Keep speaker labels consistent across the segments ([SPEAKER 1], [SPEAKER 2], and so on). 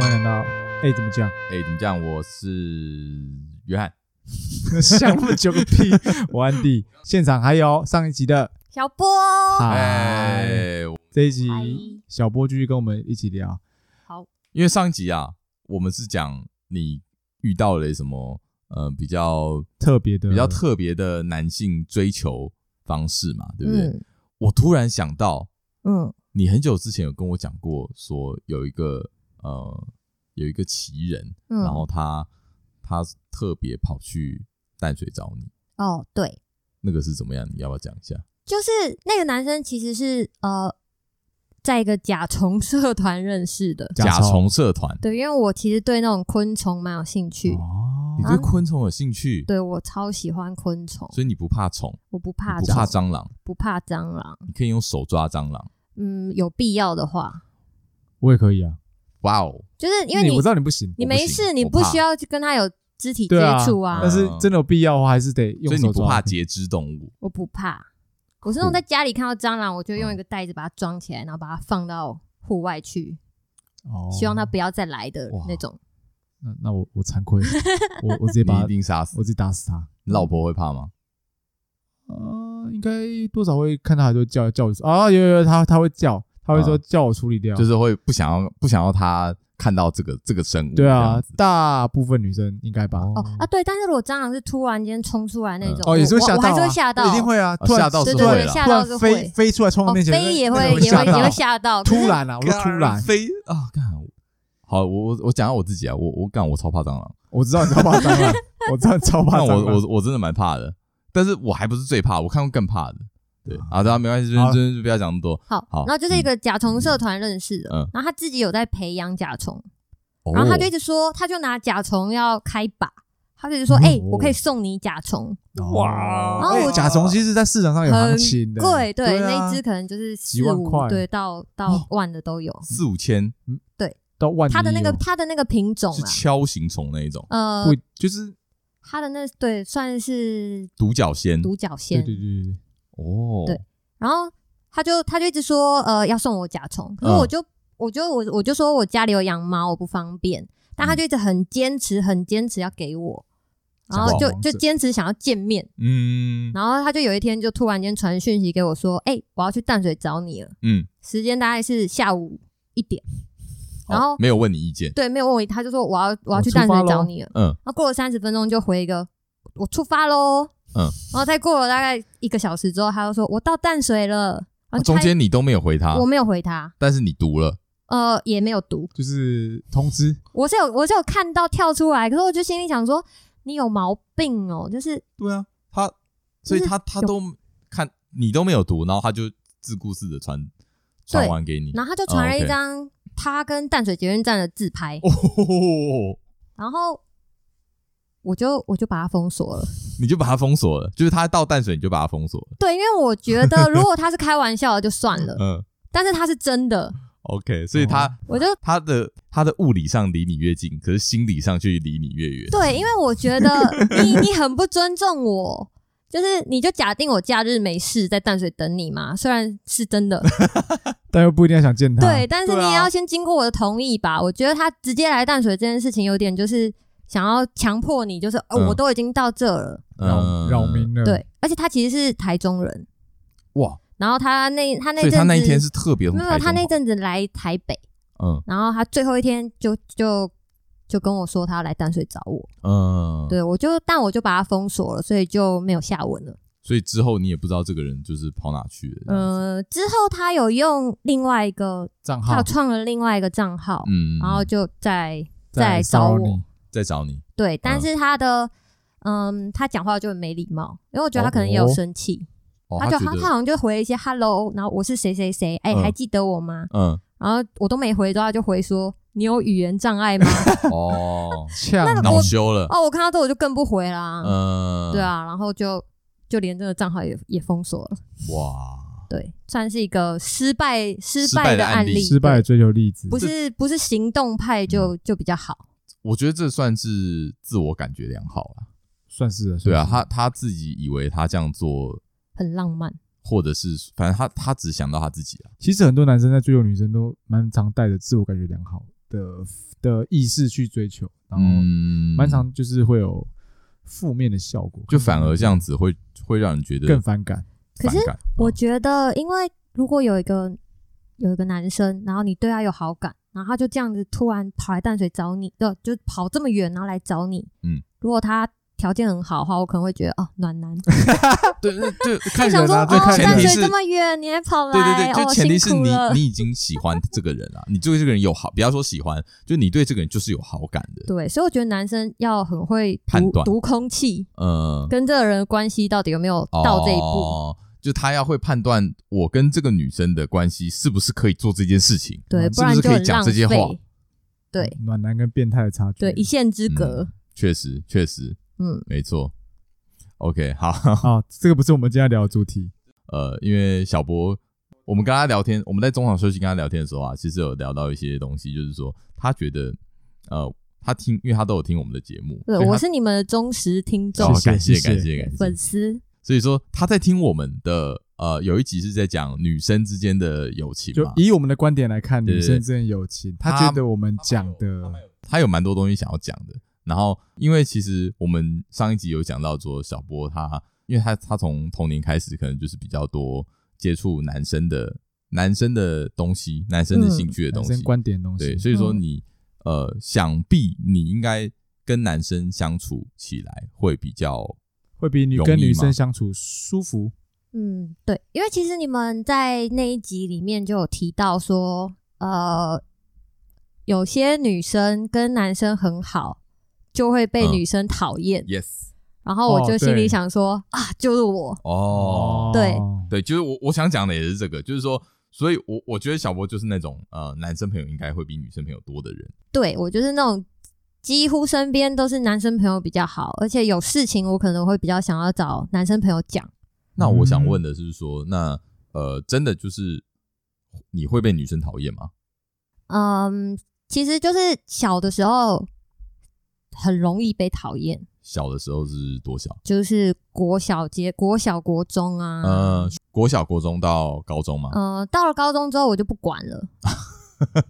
[SPEAKER 1] 哎、怎么讲？
[SPEAKER 2] 哎、怎么讲？我是约翰，
[SPEAKER 1] 想那么久个 屁！我安迪，现场还有上一集的，
[SPEAKER 3] 小波，
[SPEAKER 2] 哎、
[SPEAKER 1] 嗨，这一集
[SPEAKER 3] 嗨
[SPEAKER 1] 小波继续跟我们一起聊。
[SPEAKER 3] 好，
[SPEAKER 2] 因为上一集啊，我们是讲你遇到了什么呃比较
[SPEAKER 1] 特别
[SPEAKER 3] 嗯
[SPEAKER 1] 的，
[SPEAKER 2] 比较特别的男性追求方式嘛，对不对？
[SPEAKER 3] 嗯
[SPEAKER 2] 我突然想到，
[SPEAKER 3] 嗯，
[SPEAKER 2] 你很久之前有跟我讲过，说有一个呃有一个奇人，
[SPEAKER 3] 嗯
[SPEAKER 2] 然后他他特别跑去淡水找你，
[SPEAKER 3] 哦，对，
[SPEAKER 2] 那个是怎么样？你要不要讲一下？
[SPEAKER 3] 就是那个男生其实是呃，在一个甲虫社团认识的。
[SPEAKER 1] 甲
[SPEAKER 2] 甲
[SPEAKER 1] 虫
[SPEAKER 2] 虫社团，
[SPEAKER 3] 对，因为我其实对那种昆虫蛮有兴趣，
[SPEAKER 1] 哦
[SPEAKER 2] 你对昆虫有兴趣，
[SPEAKER 3] 啊对我超喜欢昆虫，
[SPEAKER 2] 所以你不怕虫，
[SPEAKER 3] 我不
[SPEAKER 2] 你
[SPEAKER 3] 怕
[SPEAKER 2] 不怕
[SPEAKER 3] 虫，
[SPEAKER 2] 蟑螂，
[SPEAKER 3] 不怕蟑螂。
[SPEAKER 2] 你可以用手抓蟑螂。
[SPEAKER 3] 嗯，有必要的话，
[SPEAKER 1] 我也可以啊，
[SPEAKER 2] 哇哦，
[SPEAKER 3] 就是因为你
[SPEAKER 1] 我知道你不行，
[SPEAKER 3] 你
[SPEAKER 2] 我不
[SPEAKER 3] 没
[SPEAKER 2] 行
[SPEAKER 3] 事，你
[SPEAKER 2] 我
[SPEAKER 3] 不
[SPEAKER 2] 怕
[SPEAKER 3] 需要去跟他有肢体接
[SPEAKER 1] 对啊
[SPEAKER 3] 触
[SPEAKER 1] 但是真的有必要的话，还是得
[SPEAKER 2] 所
[SPEAKER 1] 用
[SPEAKER 2] 以你
[SPEAKER 1] 手啊
[SPEAKER 2] 不怕
[SPEAKER 1] 抓。
[SPEAKER 2] 节肢动物？
[SPEAKER 3] 我不怕。我是那种
[SPEAKER 2] 酷
[SPEAKER 3] 在家里看到蟑螂，我就
[SPEAKER 2] 嗯
[SPEAKER 3] 用一个袋子把它装起来，然后把它放到户外去，
[SPEAKER 1] 哦
[SPEAKER 3] 希望它不要再来的
[SPEAKER 2] 哇
[SPEAKER 3] 那种。
[SPEAKER 1] 那那我我惭 愧，我我直接
[SPEAKER 2] 你
[SPEAKER 1] 把
[SPEAKER 2] 一
[SPEAKER 1] 它，
[SPEAKER 2] 定杀死。
[SPEAKER 1] 我自己打死它。
[SPEAKER 2] 你老婆会怕吗？
[SPEAKER 1] 呃，应该多少会看到它就叫叫我说啊，有有有，它它会叫，它会说
[SPEAKER 2] 啊
[SPEAKER 1] 叫我处理掉。
[SPEAKER 2] 就是会不想要不想要她看到这个这个生物。
[SPEAKER 1] 对
[SPEAKER 2] 嗯这
[SPEAKER 1] 啊
[SPEAKER 2] 样子，
[SPEAKER 1] 大部分女生应该吧。
[SPEAKER 3] 哦啊，对，但是如果蟑螂是突然间冲出来那
[SPEAKER 2] 嗯
[SPEAKER 3] 种，
[SPEAKER 1] 哦，也是会
[SPEAKER 3] 我
[SPEAKER 1] 吓到、啊，
[SPEAKER 3] 我还是会吓到，
[SPEAKER 1] 一定会啊，
[SPEAKER 2] 啊
[SPEAKER 1] 突然
[SPEAKER 2] 吓到
[SPEAKER 3] 对
[SPEAKER 2] 是
[SPEAKER 3] 对
[SPEAKER 2] 会
[SPEAKER 3] 对，
[SPEAKER 2] 啦
[SPEAKER 3] 吓
[SPEAKER 1] 突
[SPEAKER 3] 到
[SPEAKER 1] 然
[SPEAKER 3] 是
[SPEAKER 1] 飞
[SPEAKER 3] 会，
[SPEAKER 1] 飞出来冲我
[SPEAKER 3] 哦
[SPEAKER 1] 面前，
[SPEAKER 3] 飞也
[SPEAKER 1] 那个
[SPEAKER 3] 会也
[SPEAKER 1] 吓
[SPEAKER 3] 会
[SPEAKER 1] 到啊
[SPEAKER 3] 也会 吓到，可
[SPEAKER 1] 突
[SPEAKER 3] 是
[SPEAKER 1] 然啊，我 说突然，
[SPEAKER 2] 飞啊！干好，我我我讲到我自己啊，我我干我超怕蟑螂，
[SPEAKER 1] 我知道你超怕蟑 螂，我知道你超怕
[SPEAKER 2] 但
[SPEAKER 1] 蟑
[SPEAKER 2] 我
[SPEAKER 1] 螂，
[SPEAKER 2] 我我真的蛮怕的，但是我还不是最怕，我看过更怕的。对
[SPEAKER 1] 啊
[SPEAKER 2] 啊，大家没关系，
[SPEAKER 1] 好
[SPEAKER 2] 真真就不要讲那么多。
[SPEAKER 3] 好
[SPEAKER 2] 好，
[SPEAKER 3] 然后
[SPEAKER 1] 嗯
[SPEAKER 3] 就是一个甲虫社团认识的，
[SPEAKER 2] 嗯
[SPEAKER 3] 然后他自己有在培养甲虫，
[SPEAKER 2] 哦
[SPEAKER 3] 然后他就一直说，他就拿甲虫要开靶，他就一直说，
[SPEAKER 1] 哦
[SPEAKER 3] 哎，我可以送你甲虫，
[SPEAKER 1] 哇
[SPEAKER 3] 然后哦我
[SPEAKER 1] 哦哎甲虫其实在市场上有行情的，
[SPEAKER 3] 贵，对，
[SPEAKER 1] 啊
[SPEAKER 3] 那一只可能就是
[SPEAKER 1] 几
[SPEAKER 3] 四
[SPEAKER 1] 万
[SPEAKER 3] 五
[SPEAKER 1] 块，
[SPEAKER 3] 对，到
[SPEAKER 1] 哦
[SPEAKER 3] 到万的都有，
[SPEAKER 2] 四五千
[SPEAKER 1] 到万哦
[SPEAKER 3] 他的
[SPEAKER 1] 里
[SPEAKER 3] 那个
[SPEAKER 1] 有
[SPEAKER 3] 他的那个品种
[SPEAKER 2] 是
[SPEAKER 3] 啊，
[SPEAKER 2] 锹形虫那一种，
[SPEAKER 3] 呃
[SPEAKER 1] 不，就是
[SPEAKER 3] 他的那对算是
[SPEAKER 2] 独角仙。
[SPEAKER 3] 独角
[SPEAKER 1] 对
[SPEAKER 3] 仙，
[SPEAKER 1] 对对对，
[SPEAKER 2] 哦，
[SPEAKER 3] 对然后他就他就一直说呃要送我甲虫，可是
[SPEAKER 2] 嗯
[SPEAKER 3] 我就、我就我我就说我家里有养猫，我不方便，但
[SPEAKER 2] 嗯
[SPEAKER 3] 他就一直很坚持很坚持要给我，然后
[SPEAKER 1] 甲
[SPEAKER 3] 就
[SPEAKER 1] 虫王
[SPEAKER 3] 就
[SPEAKER 1] 者
[SPEAKER 3] 坚持想要见面，
[SPEAKER 2] 嗯
[SPEAKER 3] 然后他就有一天就突然间传讯息给我说，哎、我要去淡水找你了，
[SPEAKER 2] 嗯，
[SPEAKER 3] 时间大概是下午一点，
[SPEAKER 2] 好
[SPEAKER 3] 然后
[SPEAKER 2] 没有问你意见，
[SPEAKER 3] 对没有问我，他就说我要我要去
[SPEAKER 1] 我出发
[SPEAKER 3] 淡水找
[SPEAKER 1] 咯
[SPEAKER 3] 你了，
[SPEAKER 2] 嗯，
[SPEAKER 3] 然后过了三十分钟就回一个我出发喽，
[SPEAKER 2] 嗯，
[SPEAKER 3] 然后再过了大概一个小时之后，他就说我到淡水了。然后
[SPEAKER 2] 哦中
[SPEAKER 3] 开
[SPEAKER 2] 间你都没有回他
[SPEAKER 3] 我，没有回他，
[SPEAKER 2] 但是你读了，
[SPEAKER 3] 呃，也没有读。
[SPEAKER 1] 就是通知，
[SPEAKER 3] 我是有，我是有看到跳出来，可是我就心里想说，你有毛病哦，就是
[SPEAKER 2] 对啊，他，所以
[SPEAKER 3] 就是
[SPEAKER 2] 他他
[SPEAKER 3] 有
[SPEAKER 2] 都看你都没有读，然后他就自顾自的传传完给你，
[SPEAKER 3] 然后他就传了
[SPEAKER 2] 哦，OK
[SPEAKER 3] 一张他跟淡水捷运站的自拍，
[SPEAKER 2] 哦，
[SPEAKER 3] 然后我就我就把他封锁了。
[SPEAKER 2] 你就把他封锁了，就是他到淡水你就把他封锁了，
[SPEAKER 3] 对，因为我觉 得如果他是开玩笑的就算了，
[SPEAKER 2] 嗯
[SPEAKER 3] 但是他是真的，
[SPEAKER 2] ，OK，所以他、
[SPEAKER 1] 哦
[SPEAKER 3] 我就
[SPEAKER 2] 他的他的物理上离你越近，可是心理上却离你越远，
[SPEAKER 3] 对，因为我觉得你你很不尊重我。就是你就假定我假日没事在淡水等你嘛，虽然是真的，
[SPEAKER 1] 但又不一定要想见他，
[SPEAKER 3] 对，但是
[SPEAKER 2] 对
[SPEAKER 3] 你也
[SPEAKER 2] 啊
[SPEAKER 3] 要先经过我的同意吧。我觉得他直接来淡水这件事情，有点就是想要强迫你，就是哦，
[SPEAKER 2] 嗯
[SPEAKER 3] 我都已经到这了，
[SPEAKER 1] 扰扰民了，，
[SPEAKER 3] 对。而且他其实是台中人，
[SPEAKER 2] 哇，
[SPEAKER 3] 然后他那他那
[SPEAKER 2] 所以
[SPEAKER 3] 阵子
[SPEAKER 2] 他那一天是特别
[SPEAKER 3] 没有，啊他那
[SPEAKER 2] 阵
[SPEAKER 3] 阵子来台北，
[SPEAKER 2] 嗯
[SPEAKER 3] 然后他最后一天就就就跟我说他要来淡水找我，
[SPEAKER 2] 嗯，
[SPEAKER 3] 对我就但我就把他封锁了，所以就没有下文了。
[SPEAKER 2] 所以之后你也不知道这个人就是跑哪去了，嗯
[SPEAKER 3] 呃，之后他有用另外一个，
[SPEAKER 1] 账
[SPEAKER 3] 他
[SPEAKER 1] 号
[SPEAKER 3] 有创了另外一个账号，
[SPEAKER 2] 嗯，
[SPEAKER 3] 然后就在
[SPEAKER 1] 在
[SPEAKER 3] 在找
[SPEAKER 1] 骚扰
[SPEAKER 3] 我
[SPEAKER 1] 你，
[SPEAKER 2] 再找你，
[SPEAKER 3] 对，但
[SPEAKER 2] 嗯
[SPEAKER 3] 是他的，嗯，他讲话就很没礼貌，因为我觉得他可能也有
[SPEAKER 2] 哦
[SPEAKER 3] 生气，
[SPEAKER 2] 哦，
[SPEAKER 3] 他就
[SPEAKER 2] 觉
[SPEAKER 3] 他
[SPEAKER 2] 得
[SPEAKER 3] 他好像就回了一些 “hello”，然后我是谁谁谁，哎、
[SPEAKER 2] 嗯
[SPEAKER 3] 还记得我吗？
[SPEAKER 2] 嗯
[SPEAKER 3] 然后我都没回，之后他就回说：“你有语言障碍吗
[SPEAKER 2] 哦，
[SPEAKER 1] 呛
[SPEAKER 3] 那个，
[SPEAKER 1] 你
[SPEAKER 2] 恼羞 了？”
[SPEAKER 3] 哦，我看到这我就更不回啦，
[SPEAKER 2] 嗯，
[SPEAKER 3] 对，啊，然后就就连这个账号也也封锁了，
[SPEAKER 2] 哇，
[SPEAKER 3] 对，算是一个失败失
[SPEAKER 2] 失败
[SPEAKER 3] 败
[SPEAKER 2] 的嗯案
[SPEAKER 3] 案
[SPEAKER 2] 例
[SPEAKER 3] 例，
[SPEAKER 1] 失败的追
[SPEAKER 3] 对
[SPEAKER 1] 求例子，
[SPEAKER 3] 不是不是行动派就、就比较好，
[SPEAKER 2] 我觉得这算是自我感觉良好了，
[SPEAKER 1] 算是的，
[SPEAKER 2] 对啊，
[SPEAKER 1] 算
[SPEAKER 2] 他他自己以为他这样做，
[SPEAKER 3] 很浪漫，
[SPEAKER 2] 或者是反正他他只想到他自己啊，
[SPEAKER 1] 是其实很多男生在追求女生都蛮常带着自我感觉良好的的意识去追求，
[SPEAKER 3] 哦
[SPEAKER 1] 然后
[SPEAKER 2] 嗯，
[SPEAKER 1] 蛮常就是会有负面的效果，
[SPEAKER 2] 就反而这样子会会让人觉得
[SPEAKER 1] 更反感。
[SPEAKER 3] 可
[SPEAKER 2] 反
[SPEAKER 3] 是
[SPEAKER 2] 感。
[SPEAKER 3] 我
[SPEAKER 2] 嗯
[SPEAKER 3] 觉得，因为如果有一个有一个男生，然后你对他有好感，然后他就这样子突然跑来淡水找你，就就跑这么远，然后来找你，
[SPEAKER 2] 嗯，
[SPEAKER 3] 如果他条件很好的话，我可能会觉得哦，暖男，
[SPEAKER 2] 哦对对对，
[SPEAKER 3] 就
[SPEAKER 2] 看
[SPEAKER 3] 想
[SPEAKER 2] 人
[SPEAKER 3] 说
[SPEAKER 2] 啊，
[SPEAKER 3] 哦，
[SPEAKER 2] 这看
[SPEAKER 3] 淡
[SPEAKER 2] 人
[SPEAKER 3] 水
[SPEAKER 2] 是
[SPEAKER 3] 这么远，你还跑来，
[SPEAKER 2] 对对对，
[SPEAKER 3] 哦
[SPEAKER 2] 就前提是
[SPEAKER 3] 辛苦
[SPEAKER 2] 你、
[SPEAKER 3] 了
[SPEAKER 2] 你已经喜欢这个人啊了，你对这个人有好，不要说喜欢，就你对这个人就是有好感的。
[SPEAKER 3] 对，所以我觉得男生要很会
[SPEAKER 2] 判
[SPEAKER 3] 读
[SPEAKER 2] 断
[SPEAKER 3] 读空气，
[SPEAKER 2] 嗯，
[SPEAKER 3] 跟这个人的关系到底有没有到这一步。
[SPEAKER 2] 哦，就他要会判断我跟这个女生的关系是不是可以做这件事情，
[SPEAKER 3] 对，
[SPEAKER 2] 是
[SPEAKER 3] 不
[SPEAKER 2] 不
[SPEAKER 3] 然
[SPEAKER 2] 哦是
[SPEAKER 3] 就
[SPEAKER 2] 可以
[SPEAKER 3] 很
[SPEAKER 2] 讲
[SPEAKER 3] 浪
[SPEAKER 2] 这些话？
[SPEAKER 3] 费。对
[SPEAKER 1] 暖男跟变态的差距，
[SPEAKER 3] 对，一线之
[SPEAKER 2] 嗯
[SPEAKER 3] 隔。
[SPEAKER 2] 确实，确实，
[SPEAKER 3] 嗯，
[SPEAKER 2] 没错。OK，好，
[SPEAKER 1] 啊，这个不是我们今天要聊的主题。
[SPEAKER 2] 呃，因为小博，我们跟他聊天，我们在中场休息跟他聊天的时候啊，其实有聊到一些东西，就是说他觉得，呃，他听，因为他都有听我们的节目，
[SPEAKER 3] 对，
[SPEAKER 2] 所以他
[SPEAKER 3] 我是你们的忠实听众
[SPEAKER 2] 哦、
[SPEAKER 1] 谢谢
[SPEAKER 2] 感谢
[SPEAKER 1] 谢谢
[SPEAKER 2] 感谢感谢
[SPEAKER 3] 粉丝。
[SPEAKER 2] 所以说他在听我们的呃有一集是在讲女生之间的友情
[SPEAKER 1] 就
[SPEAKER 2] 嘛，
[SPEAKER 1] 以我们的观点来看，
[SPEAKER 2] 对对
[SPEAKER 1] 女
[SPEAKER 2] 对
[SPEAKER 1] 生之间友情，他觉得我们讲的
[SPEAKER 2] 他有蛮多东西想要讲的。然后因为其实我们上一集有讲到说小波他，因为他他从童年开始可能就是比较多接触男生的男生的东西，男生的兴趣的东
[SPEAKER 1] 男
[SPEAKER 2] 西，
[SPEAKER 1] 生观点的东西
[SPEAKER 2] 对，，所以说
[SPEAKER 3] 嗯
[SPEAKER 2] 你、呃想必你应该跟男生相处起来会比较
[SPEAKER 1] 会比女
[SPEAKER 2] 容易
[SPEAKER 1] 跟女
[SPEAKER 2] 吗
[SPEAKER 1] 生相处舒服。
[SPEAKER 3] 嗯，对，因为其实你们在那一集里面就有提到说，呃，有些女生跟男生很好，就会被
[SPEAKER 2] 嗯
[SPEAKER 3] 女生讨厌。
[SPEAKER 2] yes
[SPEAKER 3] 然后我
[SPEAKER 1] 哦
[SPEAKER 3] 就心里
[SPEAKER 1] 对
[SPEAKER 3] 想说，啊，就是我，
[SPEAKER 2] 哦
[SPEAKER 3] 对
[SPEAKER 2] 对，就是我我想讲的也是这个，就是说，所以我我觉得小博就是那种呃，男生朋友应该会比女生朋友多的人。
[SPEAKER 3] 对我就是那种几乎身边都是男生朋友比较好，而且有事情我可能会比较想要找男生朋友讲。
[SPEAKER 2] 那我想
[SPEAKER 1] 嗯
[SPEAKER 2] 问的是说，那呃，真的就是你会被女生讨厌吗？
[SPEAKER 3] 嗯，其实就是小的时候很容易被讨厌，
[SPEAKER 2] 小的时候是多小？
[SPEAKER 3] 就是国小阶、国小、国中
[SPEAKER 1] 嗯
[SPEAKER 3] 啊，
[SPEAKER 2] 呃，国小、国中到高中吗？
[SPEAKER 3] 呃，到了高中之后我就不管了，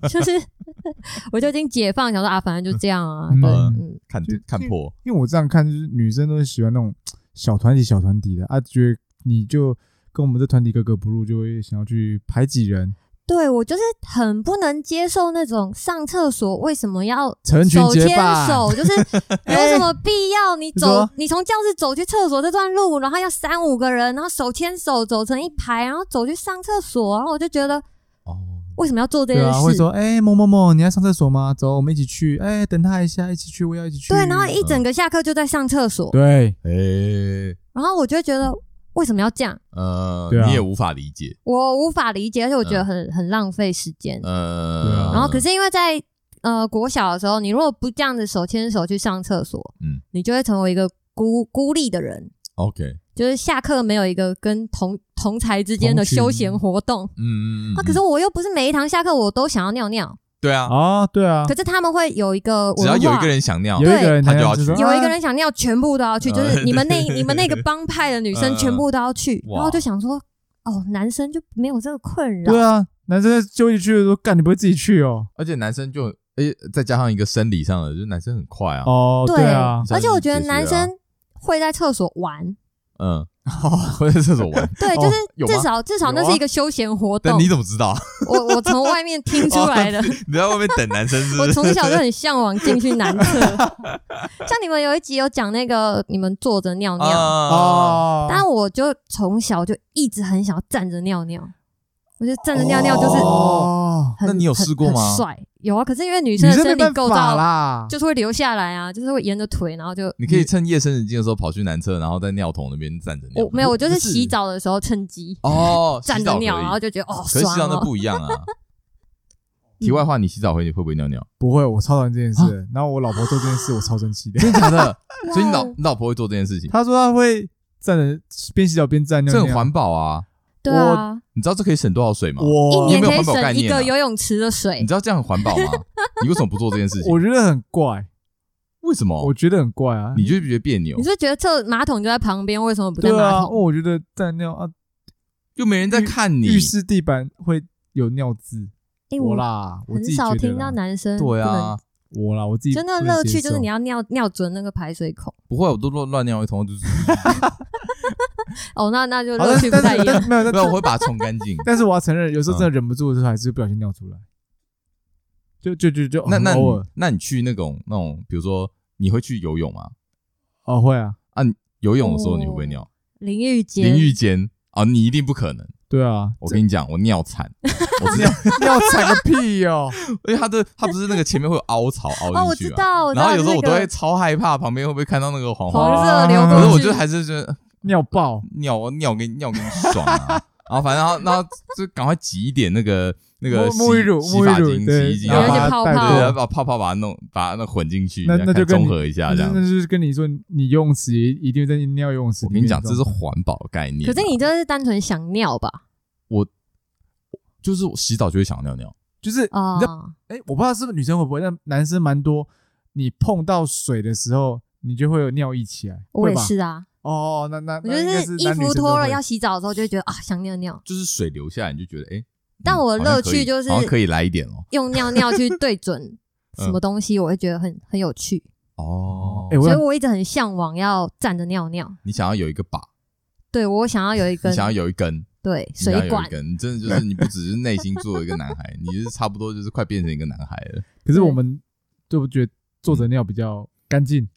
[SPEAKER 3] 就是 我就已经解放，想说啊，反正就这样啊，对，
[SPEAKER 1] 嗯
[SPEAKER 3] 嗯，
[SPEAKER 2] 看
[SPEAKER 1] 就
[SPEAKER 2] 看破
[SPEAKER 1] 因为我这样看，就是女生都是喜欢那种小团体、小团体的啊，觉得你就跟我们这团体格格不入，就会想要去排挤人，
[SPEAKER 3] 对我就是很不能接受那种上厕所为什么要
[SPEAKER 1] 成群
[SPEAKER 3] 手
[SPEAKER 1] 结
[SPEAKER 3] 牵
[SPEAKER 1] 伴。
[SPEAKER 3] 手， 就是有什么必要？你
[SPEAKER 1] 你
[SPEAKER 3] 走
[SPEAKER 1] 说，
[SPEAKER 3] 你从教室走去厕所这段路，然后要三五个人，然后手牵手走成一排，然后走去上厕所，然后我就觉得
[SPEAKER 2] 哦，
[SPEAKER 3] 为什么要做这
[SPEAKER 1] 对
[SPEAKER 3] 件
[SPEAKER 1] 啊，会
[SPEAKER 3] 事？
[SPEAKER 1] 说哎、某某某，你要上厕所吗？走，我们一起去。哎、等他一下，一起去，我也要一起去。嗯
[SPEAKER 3] 对，然后一整个下课就在上厕所，
[SPEAKER 1] 对，
[SPEAKER 2] 诶，
[SPEAKER 3] 然后我就觉得为什么要这样？
[SPEAKER 2] 呃，
[SPEAKER 1] 对啊
[SPEAKER 2] 你也无法理解，
[SPEAKER 3] 我无法理解，而且我觉
[SPEAKER 2] 嗯
[SPEAKER 3] 得很很浪费时间。
[SPEAKER 1] 对
[SPEAKER 2] 呃
[SPEAKER 1] 啊，
[SPEAKER 3] 然后可
[SPEAKER 2] 是
[SPEAKER 3] 是因为在呃国小的时候，你如果不这样子手牵手去上厕所，
[SPEAKER 2] 嗯
[SPEAKER 3] 你就会成为一个孤孤立的人。
[SPEAKER 2] OK，
[SPEAKER 3] 就是下课没有一个跟同同才之间
[SPEAKER 1] 同
[SPEAKER 3] 的
[SPEAKER 1] 群
[SPEAKER 3] 休闲活动。
[SPEAKER 2] 嗯嗯嗯，
[SPEAKER 3] 啊，可是
[SPEAKER 2] 嗯
[SPEAKER 3] 我又不是每一堂下课我都想要尿尿，
[SPEAKER 2] 对啊，
[SPEAKER 1] 啊，对啊，
[SPEAKER 3] 可是他们会有一个
[SPEAKER 2] 只
[SPEAKER 3] 文
[SPEAKER 2] 要
[SPEAKER 3] 化，
[SPEAKER 2] 有一个人想尿
[SPEAKER 1] 有，一个人
[SPEAKER 2] 他就
[SPEAKER 1] 这样
[SPEAKER 2] 要
[SPEAKER 1] 子
[SPEAKER 2] 去
[SPEAKER 1] 说
[SPEAKER 3] 有一个
[SPEAKER 1] 啊
[SPEAKER 3] 人想尿，全部都要去，
[SPEAKER 2] 呃
[SPEAKER 3] 就是你们那你们那个帮派的女生
[SPEAKER 2] 呃
[SPEAKER 3] 全部都要去，
[SPEAKER 2] 哇
[SPEAKER 3] 然后就想说，哦，男生就没有这个困扰
[SPEAKER 1] 对，啊，男生就一起去说，干，你不会自己去哦？
[SPEAKER 2] 而且男生就诶，再加上一个生理上的，就是男生很快啊，
[SPEAKER 1] 哦，对啊，
[SPEAKER 3] 而且我觉得
[SPEAKER 2] 一下
[SPEAKER 3] 男
[SPEAKER 2] 就解决了啊
[SPEAKER 3] 生会在厕所 玩，
[SPEAKER 2] 嗯，会在厕所玩，
[SPEAKER 3] 对，
[SPEAKER 2] 哦
[SPEAKER 3] 就是
[SPEAKER 2] 有吗
[SPEAKER 3] 至少至少那
[SPEAKER 2] 有啊
[SPEAKER 3] 是一个休闲活动
[SPEAKER 2] 但你。怎哦么知道？
[SPEAKER 3] 我我从外面听出来的，
[SPEAKER 2] 你在外面等男生是不
[SPEAKER 3] 我
[SPEAKER 2] 是？
[SPEAKER 3] 从小就很向往进去男 厕。像你们有一集有讲那个你们坐着尿尿，
[SPEAKER 2] 啊，
[SPEAKER 1] 哦，
[SPEAKER 3] 但我就从小就一直很想要站着尿尿，我觉得站着尿尿就是
[SPEAKER 1] 哦，
[SPEAKER 3] 很。
[SPEAKER 2] 那你有
[SPEAKER 3] 很
[SPEAKER 2] 试过吗
[SPEAKER 3] 很帅有啊，可是因为女
[SPEAKER 1] 女
[SPEAKER 3] 生的
[SPEAKER 1] 生没
[SPEAKER 3] 身体
[SPEAKER 1] 办
[SPEAKER 3] 构
[SPEAKER 1] 法
[SPEAKER 3] 造
[SPEAKER 1] 啦，
[SPEAKER 3] 就是会留下来啊，就是会沿着腿，然后就
[SPEAKER 2] 你可以趁夜深人静的时候跑去男厕，然后在尿桶那边站着尿。
[SPEAKER 3] 嗯我没有，我就是
[SPEAKER 1] 不是
[SPEAKER 3] 洗澡的时候趁机
[SPEAKER 2] 哦，
[SPEAKER 3] 站
[SPEAKER 2] 洗澡
[SPEAKER 3] 着
[SPEAKER 2] 可以
[SPEAKER 3] 尿，然后就觉得哦
[SPEAKER 2] 可是
[SPEAKER 3] 爽嗯
[SPEAKER 2] 洗澡那
[SPEAKER 3] 哦，
[SPEAKER 2] 不一 样啊。题外话，你洗澡回你会不会尿尿？
[SPEAKER 1] 不会，我超讨厌这件事
[SPEAKER 2] 啊
[SPEAKER 1] 的。然后我老婆做这件事，我超生气的。
[SPEAKER 2] 真的假的？所以你老
[SPEAKER 3] 哇哦
[SPEAKER 2] 你老婆会做这件事情，
[SPEAKER 1] 她说她会站着边洗澡边站尿
[SPEAKER 2] 这
[SPEAKER 1] 尿，
[SPEAKER 2] 很环保啊。
[SPEAKER 3] 对啊，
[SPEAKER 2] 你知道这可以省多少水吗？
[SPEAKER 3] 一
[SPEAKER 1] 我
[SPEAKER 2] 你有
[SPEAKER 3] 年
[SPEAKER 2] 没有
[SPEAKER 3] 可以
[SPEAKER 2] 环保概
[SPEAKER 3] 省一
[SPEAKER 2] 念啊
[SPEAKER 3] 个游泳池的水
[SPEAKER 2] 你知，道这样很环保吗？你为什么不做这件事情
[SPEAKER 1] 我？觉得很怪，
[SPEAKER 2] 为什么
[SPEAKER 1] 我？觉得很怪啊。
[SPEAKER 2] 哦你就觉得别扭
[SPEAKER 3] 你，是觉得厕马桶就在旁边，为什么不在
[SPEAKER 1] 对
[SPEAKER 3] 马
[SPEAKER 1] 啊，哦
[SPEAKER 3] 桶？
[SPEAKER 1] 我觉得站尿啊，
[SPEAKER 2] 又没人在看你
[SPEAKER 1] 浴。室地板会有尿渍，
[SPEAKER 3] 哎，
[SPEAKER 1] 我
[SPEAKER 3] 我
[SPEAKER 1] 啦，我
[SPEAKER 3] 很
[SPEAKER 1] 自己
[SPEAKER 3] 少
[SPEAKER 1] 觉得
[SPEAKER 3] 听
[SPEAKER 1] 啦
[SPEAKER 3] 到男生
[SPEAKER 2] 对
[SPEAKER 3] 不能
[SPEAKER 2] 啊，
[SPEAKER 1] 我啦，我自己
[SPEAKER 3] 真的
[SPEAKER 1] 不能
[SPEAKER 3] 乐
[SPEAKER 1] 接
[SPEAKER 3] 趣就是
[SPEAKER 1] 受
[SPEAKER 3] 你要尿尿准那个排水孔。
[SPEAKER 2] 不会，我都乱乱尿一通，就是
[SPEAKER 3] 哦，那那就
[SPEAKER 1] 好
[SPEAKER 3] 乐趣不
[SPEAKER 1] 但
[SPEAKER 3] 太一
[SPEAKER 1] 但
[SPEAKER 3] 样。
[SPEAKER 1] 但 没有，
[SPEAKER 2] 没有，我嗯
[SPEAKER 1] 但
[SPEAKER 2] 会把它冲干 净。
[SPEAKER 1] 但是我要承认，有时候真的忍不住的时候，还是不小心尿出来，就就就就
[SPEAKER 2] 那那
[SPEAKER 1] 很
[SPEAKER 2] 你
[SPEAKER 1] 偶尔
[SPEAKER 2] 那你去那种那种，比如说你会去游泳吗？
[SPEAKER 1] 哦会啊，
[SPEAKER 2] 游泳的时候你会不会尿？
[SPEAKER 3] 淋浴间，
[SPEAKER 2] 淋浴间啊，你一定不可能。
[SPEAKER 1] 对 啊，
[SPEAKER 2] 我跟你讲，我尿惨，我知
[SPEAKER 1] 尿
[SPEAKER 2] 道，
[SPEAKER 1] 尿惨个屁哦，
[SPEAKER 2] 因为它的它不是那个前面会有凹槽
[SPEAKER 3] 哦，
[SPEAKER 2] 凹
[SPEAKER 3] 我
[SPEAKER 2] 进
[SPEAKER 3] 知
[SPEAKER 2] 去嘛。
[SPEAKER 3] 道，我知
[SPEAKER 2] 啊然
[SPEAKER 3] 道
[SPEAKER 2] 后有时候我
[SPEAKER 3] 那
[SPEAKER 2] 都
[SPEAKER 3] 个
[SPEAKER 2] 会超害怕，旁边会不会看到那个黄花？
[SPEAKER 3] 黄色流
[SPEAKER 1] 啊
[SPEAKER 2] 可是
[SPEAKER 3] 过
[SPEAKER 2] 我
[SPEAKER 3] 去，
[SPEAKER 2] 就还是觉得
[SPEAKER 1] 尿爆，
[SPEAKER 2] 尿我尿给你尿给你爽啊！然后反正然后就赶快挤一点那个那个洗
[SPEAKER 1] 沐浴乳
[SPEAKER 2] 洗发
[SPEAKER 1] 沐浴乳
[SPEAKER 2] 精、洗啊
[SPEAKER 1] 对
[SPEAKER 2] 衣精，
[SPEAKER 3] 然
[SPEAKER 2] 然后
[SPEAKER 3] 后
[SPEAKER 2] 把
[SPEAKER 1] 把它
[SPEAKER 3] 有一些泡
[SPEAKER 1] 带
[SPEAKER 3] 泡
[SPEAKER 2] 对，然后把
[SPEAKER 1] 过
[SPEAKER 2] 泡泡把它弄把它那混进去，
[SPEAKER 1] 那
[SPEAKER 2] 这样
[SPEAKER 1] 那就
[SPEAKER 2] 看
[SPEAKER 1] 跟
[SPEAKER 2] 综
[SPEAKER 1] 你
[SPEAKER 2] 合一啊下这
[SPEAKER 1] 那
[SPEAKER 2] 样。
[SPEAKER 1] 那就是跟你说，你游泳池一定在尿游泳池
[SPEAKER 2] 我
[SPEAKER 1] 里
[SPEAKER 2] 跟你
[SPEAKER 1] 面
[SPEAKER 2] 讲，
[SPEAKER 1] 状态。
[SPEAKER 2] 这是环保概念啊。
[SPEAKER 3] 可是你这是单纯想尿吧？
[SPEAKER 2] 就是我洗澡就会想尿尿，
[SPEAKER 1] 就是
[SPEAKER 3] 啊、
[SPEAKER 1] 你知道哎，我不知道是不是女生会不会，但男生蛮多，你碰到水的时候，你就会有尿意起来，
[SPEAKER 3] 我
[SPEAKER 1] 会
[SPEAKER 3] 也
[SPEAKER 1] 吧？
[SPEAKER 3] 是啊，
[SPEAKER 1] 哦，那那
[SPEAKER 3] 我
[SPEAKER 1] 那
[SPEAKER 3] 就
[SPEAKER 1] 应该
[SPEAKER 3] 是
[SPEAKER 1] 是
[SPEAKER 3] 衣
[SPEAKER 1] 男女
[SPEAKER 3] 服
[SPEAKER 1] 生都
[SPEAKER 3] 脱了
[SPEAKER 1] 会
[SPEAKER 3] 要洗澡的时候，就会觉得啊想尿尿，
[SPEAKER 2] 就是水流下来你就觉得哎。
[SPEAKER 3] 但
[SPEAKER 2] 嗯
[SPEAKER 3] 我
[SPEAKER 2] 好像
[SPEAKER 3] 乐
[SPEAKER 2] 可以
[SPEAKER 3] 趣就是
[SPEAKER 2] 好像可以来一点哦。
[SPEAKER 3] 用尿尿去对准
[SPEAKER 2] 嗯
[SPEAKER 3] 什么东西，我会觉得很很有趣，
[SPEAKER 2] 哦，
[SPEAKER 1] 哎，我
[SPEAKER 3] 所以
[SPEAKER 1] 想
[SPEAKER 3] 我一直很向往要站着尿尿。
[SPEAKER 2] 你想要有一个把，
[SPEAKER 3] 对我想要有一
[SPEAKER 2] 你
[SPEAKER 3] 根
[SPEAKER 2] 想要有一根，
[SPEAKER 3] 对
[SPEAKER 2] 你想要有
[SPEAKER 3] 水
[SPEAKER 2] 一
[SPEAKER 3] 管，
[SPEAKER 2] 根，你真的就是你不只是内心作为一个男 孩，你就是差不多就是快变成一个男孩了。
[SPEAKER 1] 可是
[SPEAKER 3] 对
[SPEAKER 1] 我们对不觉得坐
[SPEAKER 2] 嗯
[SPEAKER 1] 着尿比较干净？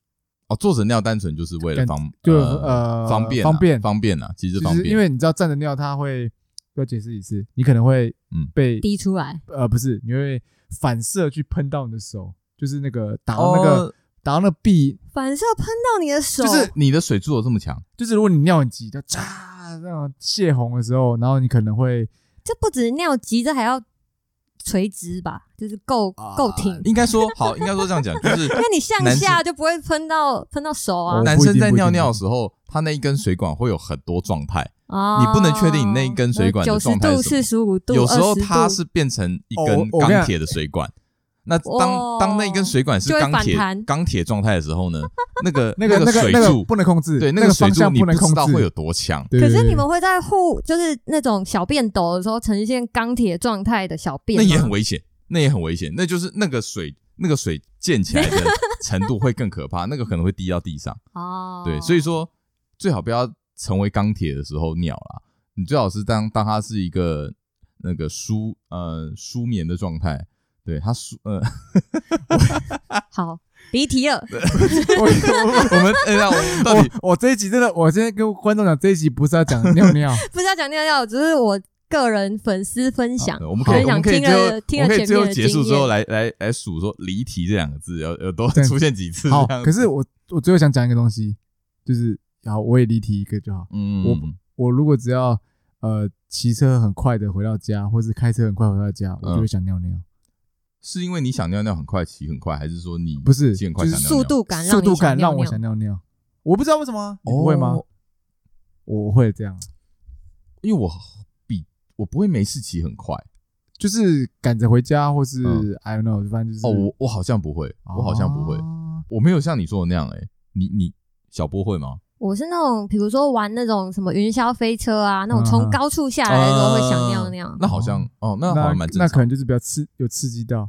[SPEAKER 2] 哦，坐着尿单纯就是为了
[SPEAKER 1] 感
[SPEAKER 2] 方
[SPEAKER 1] 就
[SPEAKER 2] 呃
[SPEAKER 1] 呃
[SPEAKER 2] 方便啊
[SPEAKER 1] 方便
[SPEAKER 2] 方便啊，其实
[SPEAKER 1] 就
[SPEAKER 2] 方
[SPEAKER 1] 是
[SPEAKER 2] 便，
[SPEAKER 1] 因为你知道站着尿，它会要解释一次，你可能会
[SPEAKER 2] 嗯
[SPEAKER 1] 被
[SPEAKER 3] 滴出来，
[SPEAKER 1] 呃不是，你会反射去喷到你的手，就是那个打
[SPEAKER 2] 哦
[SPEAKER 1] 到那个打到那个壁，
[SPEAKER 3] 反射喷到你的手，
[SPEAKER 2] 就是你的水柱有这么强，
[SPEAKER 1] 就是如果你尿很急，就嚓那种泄洪的时候，然后你可能会
[SPEAKER 3] 这不止尿急，这还要垂直吧，就是够
[SPEAKER 1] 啊
[SPEAKER 3] 够挺。
[SPEAKER 2] 应该说好，应该说这样讲， 就是
[SPEAKER 3] 那你向
[SPEAKER 2] 男
[SPEAKER 3] 下
[SPEAKER 2] 生
[SPEAKER 3] 就不会喷到喷到手啊
[SPEAKER 1] 哦
[SPEAKER 2] 男
[SPEAKER 1] 不一
[SPEAKER 2] 生
[SPEAKER 1] 定
[SPEAKER 2] 在
[SPEAKER 1] 不一
[SPEAKER 2] 尿
[SPEAKER 1] 定
[SPEAKER 2] 尿的时候，他那一根水管会有很多状态，
[SPEAKER 3] 啊！
[SPEAKER 2] 你不能确定你那一根水管的
[SPEAKER 3] 九
[SPEAKER 2] 状
[SPEAKER 3] 十
[SPEAKER 2] 态
[SPEAKER 3] 度、
[SPEAKER 2] 是什么
[SPEAKER 3] 四十五度，
[SPEAKER 2] 有时候
[SPEAKER 3] 20度
[SPEAKER 2] 它是变成一
[SPEAKER 1] 哦
[SPEAKER 2] 根
[SPEAKER 1] 我我跟
[SPEAKER 2] 钢
[SPEAKER 1] 你讲
[SPEAKER 2] 铁的水管。那
[SPEAKER 3] 哦
[SPEAKER 2] 当当那一根水管是
[SPEAKER 3] 就会
[SPEAKER 2] 钢铁
[SPEAKER 3] 反弹
[SPEAKER 2] 钢铁状态的时候 呢，那个
[SPEAKER 1] 那个那个
[SPEAKER 2] 水
[SPEAKER 1] 那个
[SPEAKER 2] 柱
[SPEAKER 1] 不能控制，
[SPEAKER 2] 对
[SPEAKER 1] 那
[SPEAKER 2] 那个水
[SPEAKER 1] 方
[SPEAKER 2] 柱
[SPEAKER 1] 向
[SPEAKER 2] 你
[SPEAKER 1] 不能控
[SPEAKER 2] 知道
[SPEAKER 1] 制，
[SPEAKER 2] 会有多强，
[SPEAKER 1] 对。
[SPEAKER 3] 可是
[SPEAKER 1] 对
[SPEAKER 3] 你们会在户，就是那种小便斗的时候呈现钢铁状态的小便
[SPEAKER 2] 那
[SPEAKER 3] 吗，
[SPEAKER 2] 也很危险，那也很危险，那就是那个水那个水溅起来的 程度会更可怕，那个可能会滴到地上。
[SPEAKER 3] 哦。
[SPEAKER 2] 对，所以说最好不要成为钢铁的时候尿啦，你最好是当当它是一个那个舒呃舒眠的状态，对它舒呃
[SPEAKER 3] 好离题了，
[SPEAKER 1] 我我
[SPEAKER 2] 我们哎呀，我们到底
[SPEAKER 1] 我我这一集真的，我今天跟观众讲，这一集不是要讲尿 尿，
[SPEAKER 3] 不是要讲尿尿，只是我个人粉丝分享
[SPEAKER 2] 好，我们可以
[SPEAKER 3] 分
[SPEAKER 2] 我
[SPEAKER 3] 享
[SPEAKER 2] 们可以
[SPEAKER 3] 听
[SPEAKER 2] 最后
[SPEAKER 3] 了
[SPEAKER 2] 我
[SPEAKER 3] 听
[SPEAKER 2] 们
[SPEAKER 3] 了
[SPEAKER 2] 可以
[SPEAKER 3] 前
[SPEAKER 2] 最后
[SPEAKER 3] 面的
[SPEAKER 2] 结束之后
[SPEAKER 3] 经验。
[SPEAKER 2] 来来来数说离题这两个字有有多
[SPEAKER 1] 对
[SPEAKER 2] 出现几次
[SPEAKER 1] 好
[SPEAKER 2] 这，样
[SPEAKER 1] 可是我我最后想讲一个东西，就是好，我也离题一个就好。
[SPEAKER 2] 嗯
[SPEAKER 1] 我我如果只要呃骑车很快的回到家，或是开车很快回到家，
[SPEAKER 2] 嗯
[SPEAKER 1] 我就会想尿尿。
[SPEAKER 2] 是因为你想尿尿很快骑很快，还是说你
[SPEAKER 1] 不是
[SPEAKER 2] 骑很快
[SPEAKER 1] 就
[SPEAKER 2] 想
[SPEAKER 1] 是
[SPEAKER 2] 尿尿
[SPEAKER 3] 速度感让
[SPEAKER 1] 速
[SPEAKER 3] 你
[SPEAKER 1] 度感
[SPEAKER 3] 尿
[SPEAKER 1] 让我
[SPEAKER 3] 尿
[SPEAKER 1] 想尿尿，我不知道为什么，啊你不会吗？
[SPEAKER 2] 哦
[SPEAKER 1] 我会这样，
[SPEAKER 2] 因为我比我不会没事骑很快
[SPEAKER 1] 就是赶着回家，或是、
[SPEAKER 2] 嗯
[SPEAKER 1] I don't know，反正就是啊
[SPEAKER 2] 哦，我我好像不会，我好像不会，
[SPEAKER 1] 哦
[SPEAKER 2] 我没有像你说的那样哎、你你小波会吗？
[SPEAKER 3] 我是那种，比如说玩那种什么云霄飞车啊，那种从
[SPEAKER 1] 嗯
[SPEAKER 3] 高处下来的时候会想尿
[SPEAKER 2] 嗯
[SPEAKER 3] 尿。
[SPEAKER 2] 那好像哦，那
[SPEAKER 1] 那
[SPEAKER 2] 好像蛮正
[SPEAKER 1] 那可
[SPEAKER 2] 常。
[SPEAKER 1] 能就是比较刺有刺激 到。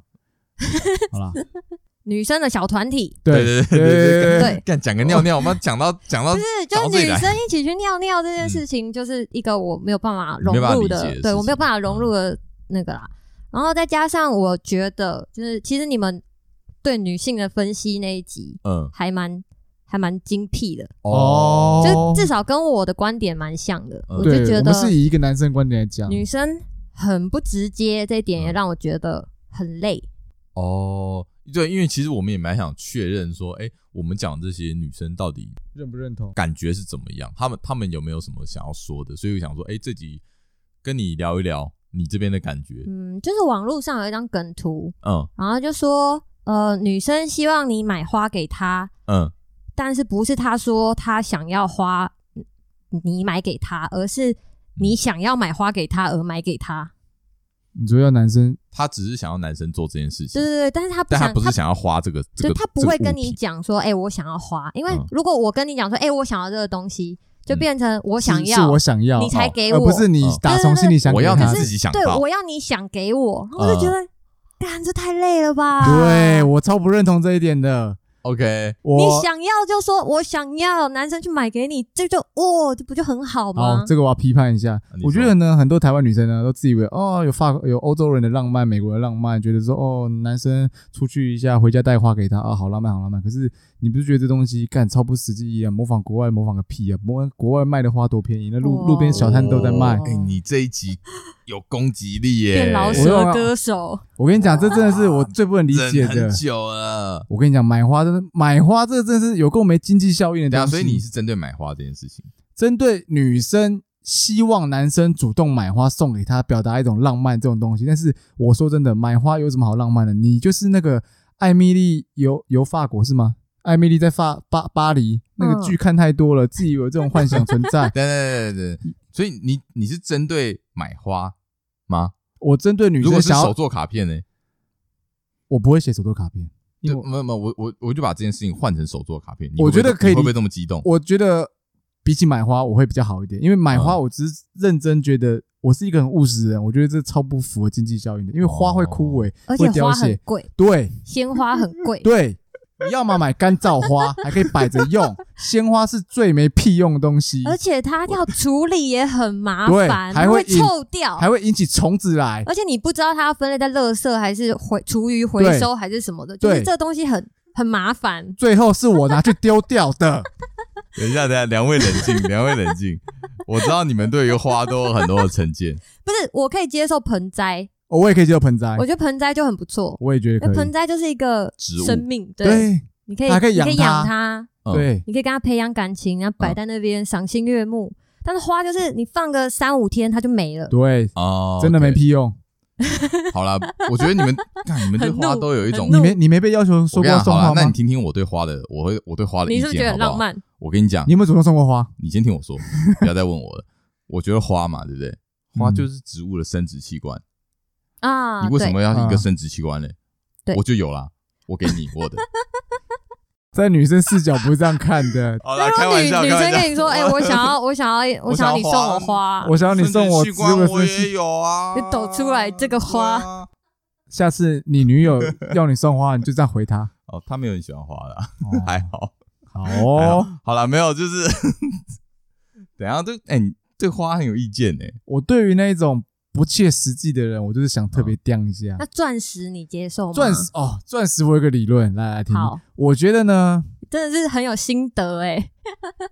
[SPEAKER 1] 好啦，
[SPEAKER 3] 女生的小团体，
[SPEAKER 1] 对
[SPEAKER 2] 对
[SPEAKER 1] 对
[SPEAKER 2] 对对
[SPEAKER 3] 对
[SPEAKER 2] 干讲个尿尿，我们讲到讲到
[SPEAKER 3] 不是，就
[SPEAKER 2] 找
[SPEAKER 3] 是
[SPEAKER 2] 自己
[SPEAKER 3] 女
[SPEAKER 2] 来
[SPEAKER 3] 生一起去尿尿这件事情，就是一个我没有办法融
[SPEAKER 2] 嗯没办法
[SPEAKER 3] 入
[SPEAKER 2] 理
[SPEAKER 3] 的，
[SPEAKER 2] 解的
[SPEAKER 3] 对
[SPEAKER 2] 事
[SPEAKER 3] 我没有
[SPEAKER 2] 情
[SPEAKER 3] 办法融
[SPEAKER 2] 嗯
[SPEAKER 3] 入的那个啦。然后再加上我觉得，就是其实你们对女性的分析那一集
[SPEAKER 2] 嗯
[SPEAKER 3] 还蛮还蛮精辟的，
[SPEAKER 2] 哦，
[SPEAKER 3] 就至少跟我的观点蛮像的。
[SPEAKER 2] 嗯
[SPEAKER 3] 我就
[SPEAKER 1] 对，
[SPEAKER 3] 觉
[SPEAKER 1] 我
[SPEAKER 3] 得
[SPEAKER 1] 们是以一个男生观点来讲，
[SPEAKER 3] 女生很不直接，这一点也
[SPEAKER 2] 嗯
[SPEAKER 3] 让我觉得很累。
[SPEAKER 2] 哦，对，因为其实我们也蛮想确认说，哎，我们讲这些女生到底
[SPEAKER 1] 认不认同？
[SPEAKER 2] 感觉是怎么样，她们她们有没有什么想要说的？所以我想说，哎，这集跟你聊一聊你这边的感觉，
[SPEAKER 3] 嗯，就是网络上有一张梗图，
[SPEAKER 2] 嗯
[SPEAKER 3] 然后就说，呃，女生希望你买花给她，
[SPEAKER 2] 嗯
[SPEAKER 3] 但是不是她说她想要花嗯你买给她，而
[SPEAKER 2] 嗯
[SPEAKER 3] 是你想要买花给她而买给她。
[SPEAKER 1] 你说要男生
[SPEAKER 2] 她只是想要男生做这件事情
[SPEAKER 3] 对，对对，但是她不
[SPEAKER 2] 但
[SPEAKER 3] 想，
[SPEAKER 2] 她不是想要花这个这个，
[SPEAKER 3] 就她不
[SPEAKER 2] 这个
[SPEAKER 3] 会
[SPEAKER 2] 物
[SPEAKER 3] 跟你
[SPEAKER 2] 品
[SPEAKER 3] 讲说，哎、我想要花，因为
[SPEAKER 2] 嗯
[SPEAKER 3] 如果我跟你讲说，哎、我想要这个东西，就变成我想
[SPEAKER 1] 嗯是
[SPEAKER 3] 要，
[SPEAKER 1] 是我想要，
[SPEAKER 3] 你才给
[SPEAKER 1] 而
[SPEAKER 3] 我
[SPEAKER 1] 不是你
[SPEAKER 2] 哦
[SPEAKER 1] 打
[SPEAKER 3] 对对
[SPEAKER 1] 从
[SPEAKER 3] 对
[SPEAKER 1] 心里想
[SPEAKER 2] 我
[SPEAKER 1] 给
[SPEAKER 2] 要你
[SPEAKER 1] 他
[SPEAKER 3] 可
[SPEAKER 1] 的
[SPEAKER 3] 是
[SPEAKER 2] 自己想
[SPEAKER 3] 对
[SPEAKER 2] 到，
[SPEAKER 3] 我要你想给我，然后我就觉得，干、这太累了吧？
[SPEAKER 1] 嗯对我超不认同这一点的。
[SPEAKER 2] OK，
[SPEAKER 1] 我
[SPEAKER 3] 你想要就说我想要，男生去买给你，这就哦，这不就很好吗？
[SPEAKER 1] 好，哦这个我要批判一下
[SPEAKER 2] 啊你。说
[SPEAKER 1] 我觉得呢，很多台湾女生呢都自以为哦，有法有欧洲人的浪漫，美国的浪漫，觉得说哦，男生出去一下，回家带花给他啊，好浪漫，好浪漫。可是你不是觉得这东西干超不实际意义啊？模仿国外模仿个屁啊！模仿国外卖的花多便宜，那路
[SPEAKER 3] 哦
[SPEAKER 1] 路边小摊都在卖
[SPEAKER 3] 哦。
[SPEAKER 2] 哎、你这一集有攻击力耶，
[SPEAKER 3] 变老
[SPEAKER 1] 我
[SPEAKER 3] 舍
[SPEAKER 1] 要
[SPEAKER 3] 歌手，
[SPEAKER 1] 我跟你讲，这真的是我最不能理
[SPEAKER 2] 忍
[SPEAKER 1] 解的
[SPEAKER 2] 哦很。久了。
[SPEAKER 1] 我跟你讲，买花真的买花，这真的是有够没经济效应的
[SPEAKER 2] 对啊，
[SPEAKER 1] 东西。
[SPEAKER 2] 所以你是针对买花这件事情，。
[SPEAKER 1] 针对女生希望男生主动买花送给她，表达一种浪漫这种东西。但是我说真的，买花有什么好浪漫的？你就是那个艾米丽游游法国是吗？艾米丽在法巴巴黎那个剧看太多了，自己有这种幻想存在
[SPEAKER 2] 对对对对对，所以你你是针对买花吗？
[SPEAKER 1] 我针对女
[SPEAKER 2] 如果
[SPEAKER 1] 生
[SPEAKER 2] 是
[SPEAKER 1] 想
[SPEAKER 2] 手
[SPEAKER 1] 要，
[SPEAKER 2] 做卡片呢？
[SPEAKER 1] 我不会写手作卡片，因
[SPEAKER 2] 对，
[SPEAKER 1] 为我
[SPEAKER 2] 没有没有，我我我就把这件事情换成手做卡片。你
[SPEAKER 1] 我
[SPEAKER 2] 会不会
[SPEAKER 1] 觉得
[SPEAKER 2] 这
[SPEAKER 1] 可以
[SPEAKER 2] 你会不
[SPEAKER 1] 理
[SPEAKER 2] 会这么激动？
[SPEAKER 1] 我觉得比起买花，我会比较好一点，因为买花
[SPEAKER 2] 嗯
[SPEAKER 1] 我只是认真觉得。我是一个很务实的人，我觉得这超不符合经济效应的，因为花会
[SPEAKER 2] 哦
[SPEAKER 1] 枯萎，
[SPEAKER 3] 而且
[SPEAKER 1] 会凋
[SPEAKER 3] 花很
[SPEAKER 1] 谢。
[SPEAKER 3] 贵，
[SPEAKER 1] 对，
[SPEAKER 3] 鲜花很贵，
[SPEAKER 1] 对，你要么买干燥花，还可以摆着用；鲜花是最没屁用的东西，
[SPEAKER 3] 而且它要处理也很麻
[SPEAKER 1] 对
[SPEAKER 3] 烦，
[SPEAKER 1] 还
[SPEAKER 3] 它
[SPEAKER 1] 会
[SPEAKER 3] 会
[SPEAKER 1] 引
[SPEAKER 3] 臭掉，
[SPEAKER 1] 还会引起虫子来。
[SPEAKER 3] 而且你不知道它要分类在垃圾还是回厨余回
[SPEAKER 1] 对
[SPEAKER 3] 收还是什么的，就是
[SPEAKER 1] 对
[SPEAKER 3] 这个东西很很麻烦。
[SPEAKER 1] 最后是我拿去丢掉的，
[SPEAKER 2] 等一下，等一下，两位冷静，两位冷静。我知道你们对于花都有很多的成见，
[SPEAKER 3] 不是，我可以接受盆栽，
[SPEAKER 1] 哦我也可以接受盆栽
[SPEAKER 3] 我，觉得盆栽就很不错，
[SPEAKER 1] 我也觉
[SPEAKER 3] 因
[SPEAKER 1] 得
[SPEAKER 3] 为
[SPEAKER 1] 可以
[SPEAKER 3] 盆。栽就是一个
[SPEAKER 2] 植物
[SPEAKER 3] 生命，对，
[SPEAKER 1] 对
[SPEAKER 3] 你可以
[SPEAKER 1] 还可以
[SPEAKER 3] 你可以
[SPEAKER 1] 养它
[SPEAKER 3] 养它，
[SPEAKER 2] 嗯
[SPEAKER 1] 对，
[SPEAKER 3] 你可以跟它培养感情，然后摆在那边赏心悦目。但是花就是你放个三五天它就没了，
[SPEAKER 1] 对，
[SPEAKER 2] 哦，
[SPEAKER 1] 真的没
[SPEAKER 2] OK。
[SPEAKER 1] 屁用。
[SPEAKER 2] 好啦，我觉得你 们，看你们对
[SPEAKER 3] 很
[SPEAKER 2] 花
[SPEAKER 3] 怒
[SPEAKER 2] 都有一种
[SPEAKER 3] 很
[SPEAKER 1] 你
[SPEAKER 3] 怒
[SPEAKER 1] 没你没被要求
[SPEAKER 2] 我跟
[SPEAKER 1] 说过
[SPEAKER 2] 你
[SPEAKER 1] 要
[SPEAKER 2] 讲，
[SPEAKER 1] 送
[SPEAKER 2] 好了
[SPEAKER 1] 花，
[SPEAKER 2] 那
[SPEAKER 1] 吗
[SPEAKER 2] 你？听听我对花的，我会我对花的意见，
[SPEAKER 3] 你是不是觉得很
[SPEAKER 2] 好不好
[SPEAKER 3] 浪？漫？
[SPEAKER 2] 我跟你讲
[SPEAKER 1] 你，有没有主动送过花？
[SPEAKER 2] 你先听我说，不要再问我了。我觉得花嘛，对不对？花
[SPEAKER 1] 嗯
[SPEAKER 2] 就是植物的生殖器官，
[SPEAKER 3] 啊，
[SPEAKER 2] 你为什么要一个
[SPEAKER 1] 啊
[SPEAKER 2] 生殖器官呢？
[SPEAKER 3] 对
[SPEAKER 2] 我就有啦，我给你 我的。。
[SPEAKER 1] 在女生视角不是这样看的
[SPEAKER 2] 好
[SPEAKER 3] 对？
[SPEAKER 2] 啦，
[SPEAKER 3] 那
[SPEAKER 2] 啊开
[SPEAKER 3] 如果
[SPEAKER 2] 玩
[SPEAKER 3] 女
[SPEAKER 2] 笑，
[SPEAKER 3] 女
[SPEAKER 2] 开玩
[SPEAKER 3] 生
[SPEAKER 2] 笑。
[SPEAKER 3] 跟你说，哎，我想要，我想要，我想要你送我花，
[SPEAKER 1] 我想要你送我
[SPEAKER 2] 生殖器
[SPEAKER 1] 植
[SPEAKER 2] 官
[SPEAKER 1] 物
[SPEAKER 2] 我也
[SPEAKER 1] 分析，
[SPEAKER 2] 有啊，
[SPEAKER 3] 你抖出来这个花
[SPEAKER 2] 对啊
[SPEAKER 1] 下次你女友要你送花，你就这样回她。
[SPEAKER 2] 哦，他没有很喜欢花啦，
[SPEAKER 1] 哦
[SPEAKER 2] 还好。
[SPEAKER 1] 好
[SPEAKER 2] 哦
[SPEAKER 1] 哦，，
[SPEAKER 2] 好啦，没有，就是 等一下对，哎、你对花很有意见呢、
[SPEAKER 1] 我对于那一种不切实际的人，我就是想特别
[SPEAKER 2] 啊
[SPEAKER 1] 刁一下
[SPEAKER 3] 那。钻石你接受吗？
[SPEAKER 1] 钻石哦，钻石我有个理论，来来听听。
[SPEAKER 3] 好，
[SPEAKER 1] 我觉得呢，
[SPEAKER 3] 真的是很有心得哎、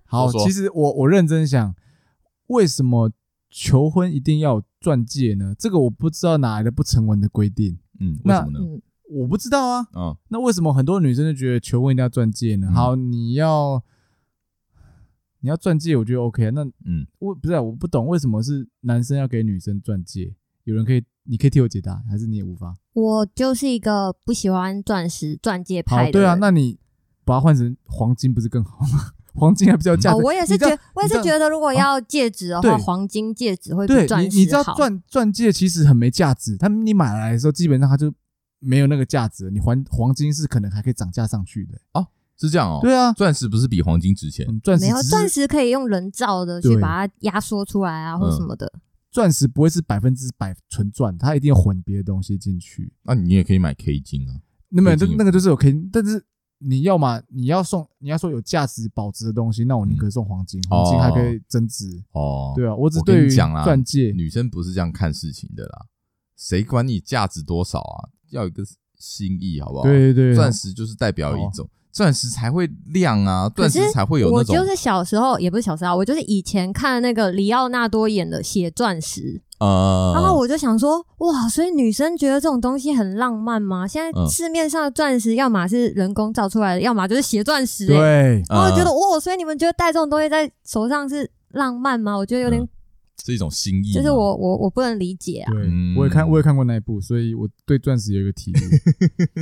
[SPEAKER 1] 好，
[SPEAKER 2] 说说
[SPEAKER 1] 其实我我认真想，为什么求婚一定要有钻戒呢？这个我不知道哪来的不成文的规定，
[SPEAKER 2] 嗯，为什么呢？
[SPEAKER 3] 嗯，
[SPEAKER 1] 我不知道啊。
[SPEAKER 2] 嗯，
[SPEAKER 1] 那为什么很多女生就觉得求婚一定要钻戒呢？
[SPEAKER 2] 嗯
[SPEAKER 1] 好，你要你要钻戒，我觉得 OK 啊。那
[SPEAKER 2] 嗯，
[SPEAKER 1] 我不是啊、我不懂为什么是男生要给女生钻戒？有人可以，你可以替我解答，还是你也无法？
[SPEAKER 3] 我就是一个不喜欢钻石钻戒
[SPEAKER 1] 好
[SPEAKER 3] 派的，人。
[SPEAKER 1] 对啊，那你把它换成黄金不是更好吗？ 黄金还比较有价值。
[SPEAKER 3] 哦，我也是
[SPEAKER 1] 你知道
[SPEAKER 3] 觉，我也是
[SPEAKER 1] 你知道啊
[SPEAKER 3] 觉得，如果要戒指的
[SPEAKER 1] 对
[SPEAKER 3] 话，黄金戒指会
[SPEAKER 1] 对
[SPEAKER 3] 比钻石
[SPEAKER 1] 你，你知道
[SPEAKER 3] 好
[SPEAKER 1] 钻钻戒其实很没价值，他们你买来的时候基本上它就没有那个价值了。你还黄金是可能还可以涨价上去的。
[SPEAKER 2] 是这样哦、
[SPEAKER 1] 对啊，
[SPEAKER 2] 钻石不是比黄金值钱？
[SPEAKER 1] 嗯，钻石
[SPEAKER 3] 没有
[SPEAKER 1] 只是
[SPEAKER 3] 钻石可以用人造的去
[SPEAKER 1] 对
[SPEAKER 3] 把它压缩出来啊，或
[SPEAKER 2] 嗯
[SPEAKER 3] 什么的。
[SPEAKER 1] 钻石不会是百分之百纯钻，它一定要混别的东西进去。
[SPEAKER 2] 那、你也可以买 K 金啊。
[SPEAKER 1] 那么
[SPEAKER 2] 已
[SPEAKER 1] 就
[SPEAKER 2] 经有
[SPEAKER 1] 那个就是有 K，但是你要嘛你要送你要说有价值保值的东西，那我宁可送黄金，黄金还可以增值。
[SPEAKER 2] 哦，
[SPEAKER 1] 对啊，我只
[SPEAKER 2] 我跟
[SPEAKER 1] 对
[SPEAKER 2] 你
[SPEAKER 1] 于
[SPEAKER 2] 讲啦
[SPEAKER 1] 钻戒，
[SPEAKER 2] 女生不是这样看事情的啦，谁管你价值多少啊？要有一个心意，好不好？
[SPEAKER 1] 对对对，哦
[SPEAKER 2] 钻石就是代表一种，钻石才会亮啊，钻
[SPEAKER 3] 可是
[SPEAKER 2] 石才会有那
[SPEAKER 3] 我
[SPEAKER 2] 种
[SPEAKER 3] 就是小时候，也不是小时候啊，我就是以前看那个里奥纳多演的《血钻石》，
[SPEAKER 1] 嗯
[SPEAKER 2] 呃，
[SPEAKER 3] 然啊后我就想说，哇，所以女生觉得这种东西很浪漫吗？现在
[SPEAKER 2] 嗯
[SPEAKER 3] 市面上的钻石，要么是人工造出来的，要么就是血钻石、欸。
[SPEAKER 1] 对，
[SPEAKER 3] 然后我觉得
[SPEAKER 1] 嗯
[SPEAKER 2] 呃
[SPEAKER 3] 哇，所以你们觉得戴这种东西在手上是浪漫吗？我觉得有点，
[SPEAKER 2] 嗯是一种心意嘛，
[SPEAKER 3] 就是我我我不能理解啊。
[SPEAKER 1] 对，
[SPEAKER 2] 嗯
[SPEAKER 1] 我也看我也看过那一部，所以我对钻石有一个体悟。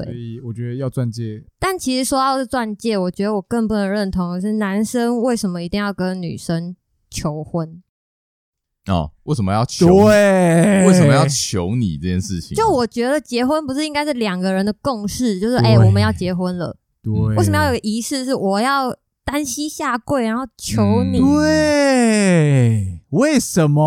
[SPEAKER 1] 所以我觉得要 钻戒，
[SPEAKER 3] 但其实说到是钻戒，我觉得我更不能认同的是，男生为什么一定要跟女生求婚？
[SPEAKER 2] 哦，为什么要求你？
[SPEAKER 1] 对
[SPEAKER 2] 为什么要求你这件事情？啊
[SPEAKER 3] 就我觉得结婚不是应该是两个人的共识，就是哎、
[SPEAKER 1] 对
[SPEAKER 3] 我们要结婚了，
[SPEAKER 2] 嗯
[SPEAKER 1] 对？
[SPEAKER 3] 为什么要有个仪式？是我要单膝下跪，然后求你。
[SPEAKER 2] 嗯
[SPEAKER 1] 对，为什么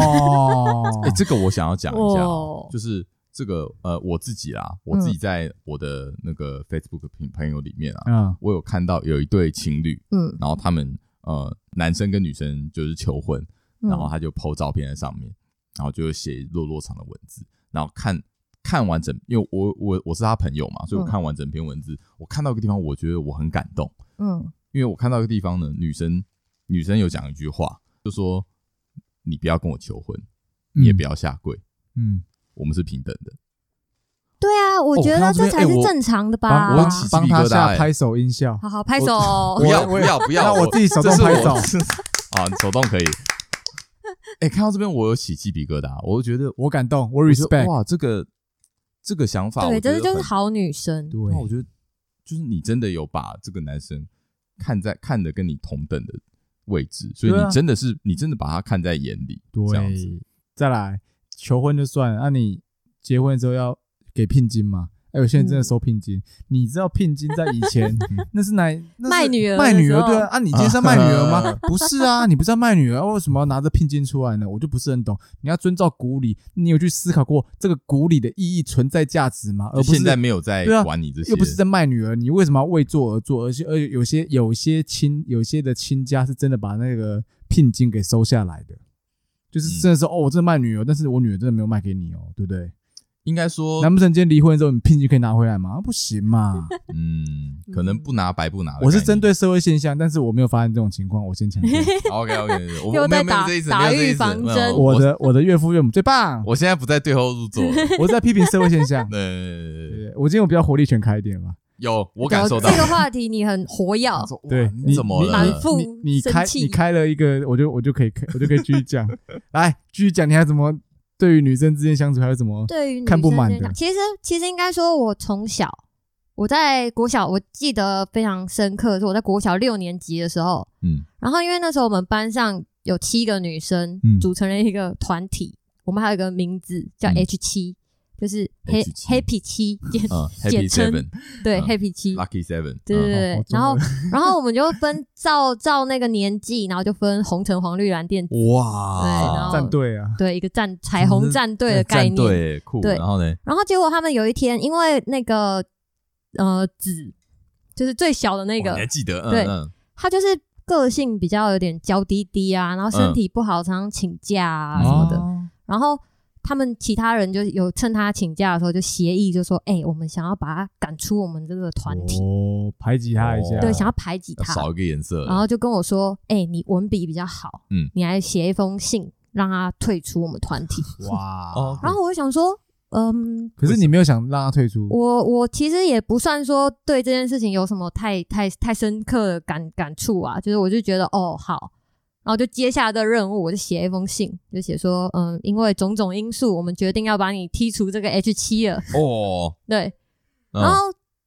[SPEAKER 2] 哎、？这个我想要讲一下哦
[SPEAKER 3] 哦，
[SPEAKER 2] 就是这个呃，我自己
[SPEAKER 3] 嗯
[SPEAKER 2] 啦，我自己在我的那个 Facebook 朋朋友里面啊，
[SPEAKER 1] 嗯
[SPEAKER 2] 我有看到有一对情侣，
[SPEAKER 3] 嗯，
[SPEAKER 2] 然后他们呃，男生跟女生就是求婚，
[SPEAKER 3] 嗯
[SPEAKER 2] 然后
[SPEAKER 1] 啊
[SPEAKER 2] 他就 PO 照片在上面，然后就写落落长的文字，然后看看完整，因为我我我是他朋友嘛，所以我
[SPEAKER 3] 嗯
[SPEAKER 2] 看完整篇文字，我看到一个地方，我觉得我很感动，
[SPEAKER 3] 嗯
[SPEAKER 2] 因为我看到一个地方呢，女生女生有讲一句话，就说你不要跟我求婚，你也不要下跪，
[SPEAKER 1] 嗯，
[SPEAKER 2] 我们是平等的。
[SPEAKER 3] 对啊，我
[SPEAKER 1] 哦
[SPEAKER 3] 觉
[SPEAKER 1] 我看到
[SPEAKER 3] 得
[SPEAKER 1] 这边
[SPEAKER 3] 这才
[SPEAKER 1] 哎
[SPEAKER 3] 是
[SPEAKER 1] 我
[SPEAKER 3] 正常的吧
[SPEAKER 1] 帮。
[SPEAKER 2] 我
[SPEAKER 1] 帮
[SPEAKER 2] 起鸡皮
[SPEAKER 1] 帮他
[SPEAKER 2] 疙瘩
[SPEAKER 1] 下
[SPEAKER 2] 欸
[SPEAKER 1] 拍手音效，
[SPEAKER 3] 好好拍手哦，
[SPEAKER 1] 我
[SPEAKER 2] 不要不要
[SPEAKER 1] 那我自己手动
[SPEAKER 2] 这是
[SPEAKER 1] 拍
[SPEAKER 2] 我
[SPEAKER 1] 照
[SPEAKER 2] 啊，手动可以。 哎、看到这边我有起鸡皮疙瘩，我就觉得
[SPEAKER 1] 我感动，我
[SPEAKER 2] 我觉得
[SPEAKER 1] respect。
[SPEAKER 2] 哇，这个这个想法，
[SPEAKER 3] 对，
[SPEAKER 2] 我觉
[SPEAKER 3] 这
[SPEAKER 2] 得
[SPEAKER 3] 就是
[SPEAKER 2] 很
[SPEAKER 3] 好女生。
[SPEAKER 2] 那我
[SPEAKER 1] 对，
[SPEAKER 2] 觉得就是你真的有把这个男生看在看的跟你同等的位置，所以
[SPEAKER 1] 对啊
[SPEAKER 2] 你真的是你真的把他看在眼里，这样子。
[SPEAKER 1] 对，再来求婚就算了，那、你结婚之后要给聘金嘛？哎，我现在真
[SPEAKER 3] 嗯
[SPEAKER 1] 的收聘金，你知道聘金在以 前那是哪那是
[SPEAKER 3] 卖女儿的
[SPEAKER 1] 卖女儿
[SPEAKER 3] 时候
[SPEAKER 1] 对啊，啊你今天是要卖女儿吗？不是啊，你不是要卖女儿，为什么要拿着聘金出来呢？我就不是很懂。你要遵照古礼，你有去思考过这个古礼的意义、存在价值吗？
[SPEAKER 2] 就
[SPEAKER 1] 而不是
[SPEAKER 2] 现在没有在
[SPEAKER 1] 对啊
[SPEAKER 2] 管你这些，
[SPEAKER 1] 又不是在卖女儿，你为什么要为做而做？而且而且有些有些亲有些的亲家是真的把那个聘金给收下来的，
[SPEAKER 2] 嗯
[SPEAKER 1] 就是真的是、哦，我真的卖女儿，但是我女儿真的没有卖给你哦，对不对？
[SPEAKER 2] 应该说，
[SPEAKER 1] 难不成今天离婚之后你聘金可以拿回来吗？啊不行嘛！
[SPEAKER 2] 嗯，可能不拿白不拿的概念。
[SPEAKER 1] 我是针对社会现象，但是我没有发现这种情况，我先 强调。
[SPEAKER 2] OK OK，我
[SPEAKER 3] 又
[SPEAKER 2] 我没有
[SPEAKER 3] 在
[SPEAKER 2] 没有
[SPEAKER 3] 打
[SPEAKER 2] 这意思，
[SPEAKER 3] 打
[SPEAKER 2] 没有这
[SPEAKER 3] 预
[SPEAKER 2] 意思
[SPEAKER 3] 防
[SPEAKER 2] 没有
[SPEAKER 3] 针
[SPEAKER 1] 我的我的岳父岳母最棒，
[SPEAKER 2] 我现在不在对号入座 了。
[SPEAKER 1] 我是在批评社会现象。
[SPEAKER 2] 对对对对对，
[SPEAKER 1] 对我今天我比较活力全开一点吧。
[SPEAKER 2] 有我感受到
[SPEAKER 3] 这个话题，你很活跃。
[SPEAKER 2] 我说哇
[SPEAKER 1] 对
[SPEAKER 2] 你怎么
[SPEAKER 1] 你
[SPEAKER 2] 了
[SPEAKER 3] 满？腹
[SPEAKER 1] 你你
[SPEAKER 3] 生
[SPEAKER 1] 开
[SPEAKER 3] 气
[SPEAKER 1] 你开了一个，我就我就可以开，我就可以继 续讲。来，继续讲，你还怎么对于女生之间相处还有什么？
[SPEAKER 3] 对于女
[SPEAKER 1] 看不
[SPEAKER 3] 生
[SPEAKER 1] 满
[SPEAKER 3] 这
[SPEAKER 1] 的
[SPEAKER 3] 样其实其实应该说，我从小我在国小，我记得非常深刻，是我在国小六年级的时候，
[SPEAKER 2] 嗯，
[SPEAKER 3] 然后因为那时候我们班上有七个女生，
[SPEAKER 1] 嗯
[SPEAKER 3] 组成了一个团体，我们还有一个名字叫
[SPEAKER 2] 嗯
[SPEAKER 3] H 七、就是黑
[SPEAKER 2] H7
[SPEAKER 3] Happy 七， 简
[SPEAKER 2] 嗯
[SPEAKER 3] 简
[SPEAKER 2] ，Happy
[SPEAKER 3] 称
[SPEAKER 2] Seven，
[SPEAKER 3] 对
[SPEAKER 2] 嗯
[SPEAKER 3] Happy 七，
[SPEAKER 2] Lucky Seven，
[SPEAKER 3] 对对
[SPEAKER 2] 嗯
[SPEAKER 3] 对，
[SPEAKER 1] 好
[SPEAKER 3] 对然
[SPEAKER 1] 好
[SPEAKER 3] 后然后我们就分照照那个年纪，然后就分红橙黄绿蓝靛紫，对然
[SPEAKER 2] 哇
[SPEAKER 3] 后，
[SPEAKER 1] 战队啊，
[SPEAKER 3] 对一个战彩虹战队的概
[SPEAKER 2] 战
[SPEAKER 3] 念，
[SPEAKER 2] 队酷。
[SPEAKER 3] 对
[SPEAKER 2] 然后呢，
[SPEAKER 3] 然后结果他们有一天，因为那个呃子，就是最小的那
[SPEAKER 2] 哇
[SPEAKER 3] 个
[SPEAKER 2] 你还，记得？嗯
[SPEAKER 3] 对
[SPEAKER 2] 嗯
[SPEAKER 3] 他就是个性比较有点娇滴滴啊，然后身
[SPEAKER 2] 嗯
[SPEAKER 3] 体不好，常常请假啊
[SPEAKER 2] 嗯
[SPEAKER 3] 什么的。
[SPEAKER 1] 哦
[SPEAKER 3] 然后他们其他人就有趁他请假的时候就协议，就说：“哎、我们想要把他赶出我们这个团体，
[SPEAKER 1] 哦，排挤他一下，
[SPEAKER 3] 对，想要排挤
[SPEAKER 2] 要
[SPEAKER 3] 他。
[SPEAKER 2] 少一个颜色了。
[SPEAKER 3] 然后就跟我说：“哎、你文笔比较好，
[SPEAKER 2] 嗯
[SPEAKER 3] 你来写一封信让他退出我们团体。
[SPEAKER 1] 哇
[SPEAKER 2] 哦”
[SPEAKER 3] 然后我就想说：“嗯，
[SPEAKER 1] 可是你没有想让他退出，
[SPEAKER 3] 我我其实也不算说对这件事情有什么太太太深刻的感感触啊，就是我就觉得哦好，然后就接下的任务，我就写一封信，就写说嗯，因为种种因素，我们决定要把你剔除这个 H 七了，
[SPEAKER 2] 哦，
[SPEAKER 3] 对，
[SPEAKER 2] 嗯
[SPEAKER 3] 然后。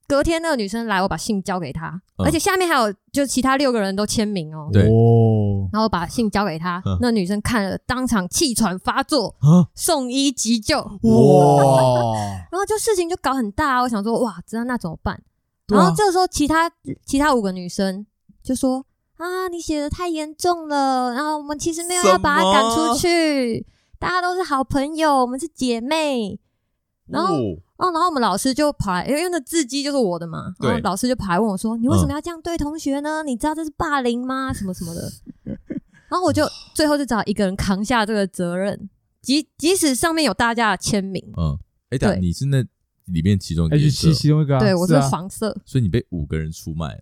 [SPEAKER 3] 隔天那个女生来，我把信交给她，
[SPEAKER 2] 嗯
[SPEAKER 3] 而且下面还有就其他六个人都签名哦。
[SPEAKER 2] 对
[SPEAKER 1] 哦，
[SPEAKER 3] 然后我把信交给她
[SPEAKER 2] 嗯，
[SPEAKER 3] 那女生看了当场气喘发作
[SPEAKER 2] 啊，
[SPEAKER 3] 送医急救。
[SPEAKER 1] 哇，
[SPEAKER 3] 然后就事情就搞很大啊，我想说哇，知道那怎么办？
[SPEAKER 1] 对啊
[SPEAKER 3] 然后这个时候其他其他五个女生就说啊，你写的太严重了，然后我们其实没有
[SPEAKER 2] 什么
[SPEAKER 3] 要把她赶出去，大家都是好朋友，我们是姐妹。然后
[SPEAKER 2] 哦
[SPEAKER 3] 哦，然后我们老师就跑来，因为那字迹就是我的嘛，
[SPEAKER 2] 对
[SPEAKER 3] 然后老师就跑来问我说：“你为什么
[SPEAKER 1] 嗯
[SPEAKER 3] 要这样对同学呢？你知道这是霸凌吗？什么什 么的。”然后我就最后就找一个人扛下这个责任，即即使上面有大家的签名，
[SPEAKER 1] 啊
[SPEAKER 2] 嗯，哎，等下
[SPEAKER 3] 对
[SPEAKER 2] 你是那里面其中一个
[SPEAKER 1] H
[SPEAKER 2] 颜色
[SPEAKER 1] 七，其中一个啊，
[SPEAKER 3] 对我
[SPEAKER 1] 是
[SPEAKER 3] 是
[SPEAKER 1] 啊
[SPEAKER 3] 黄色，
[SPEAKER 2] 所以你被五个人出卖了。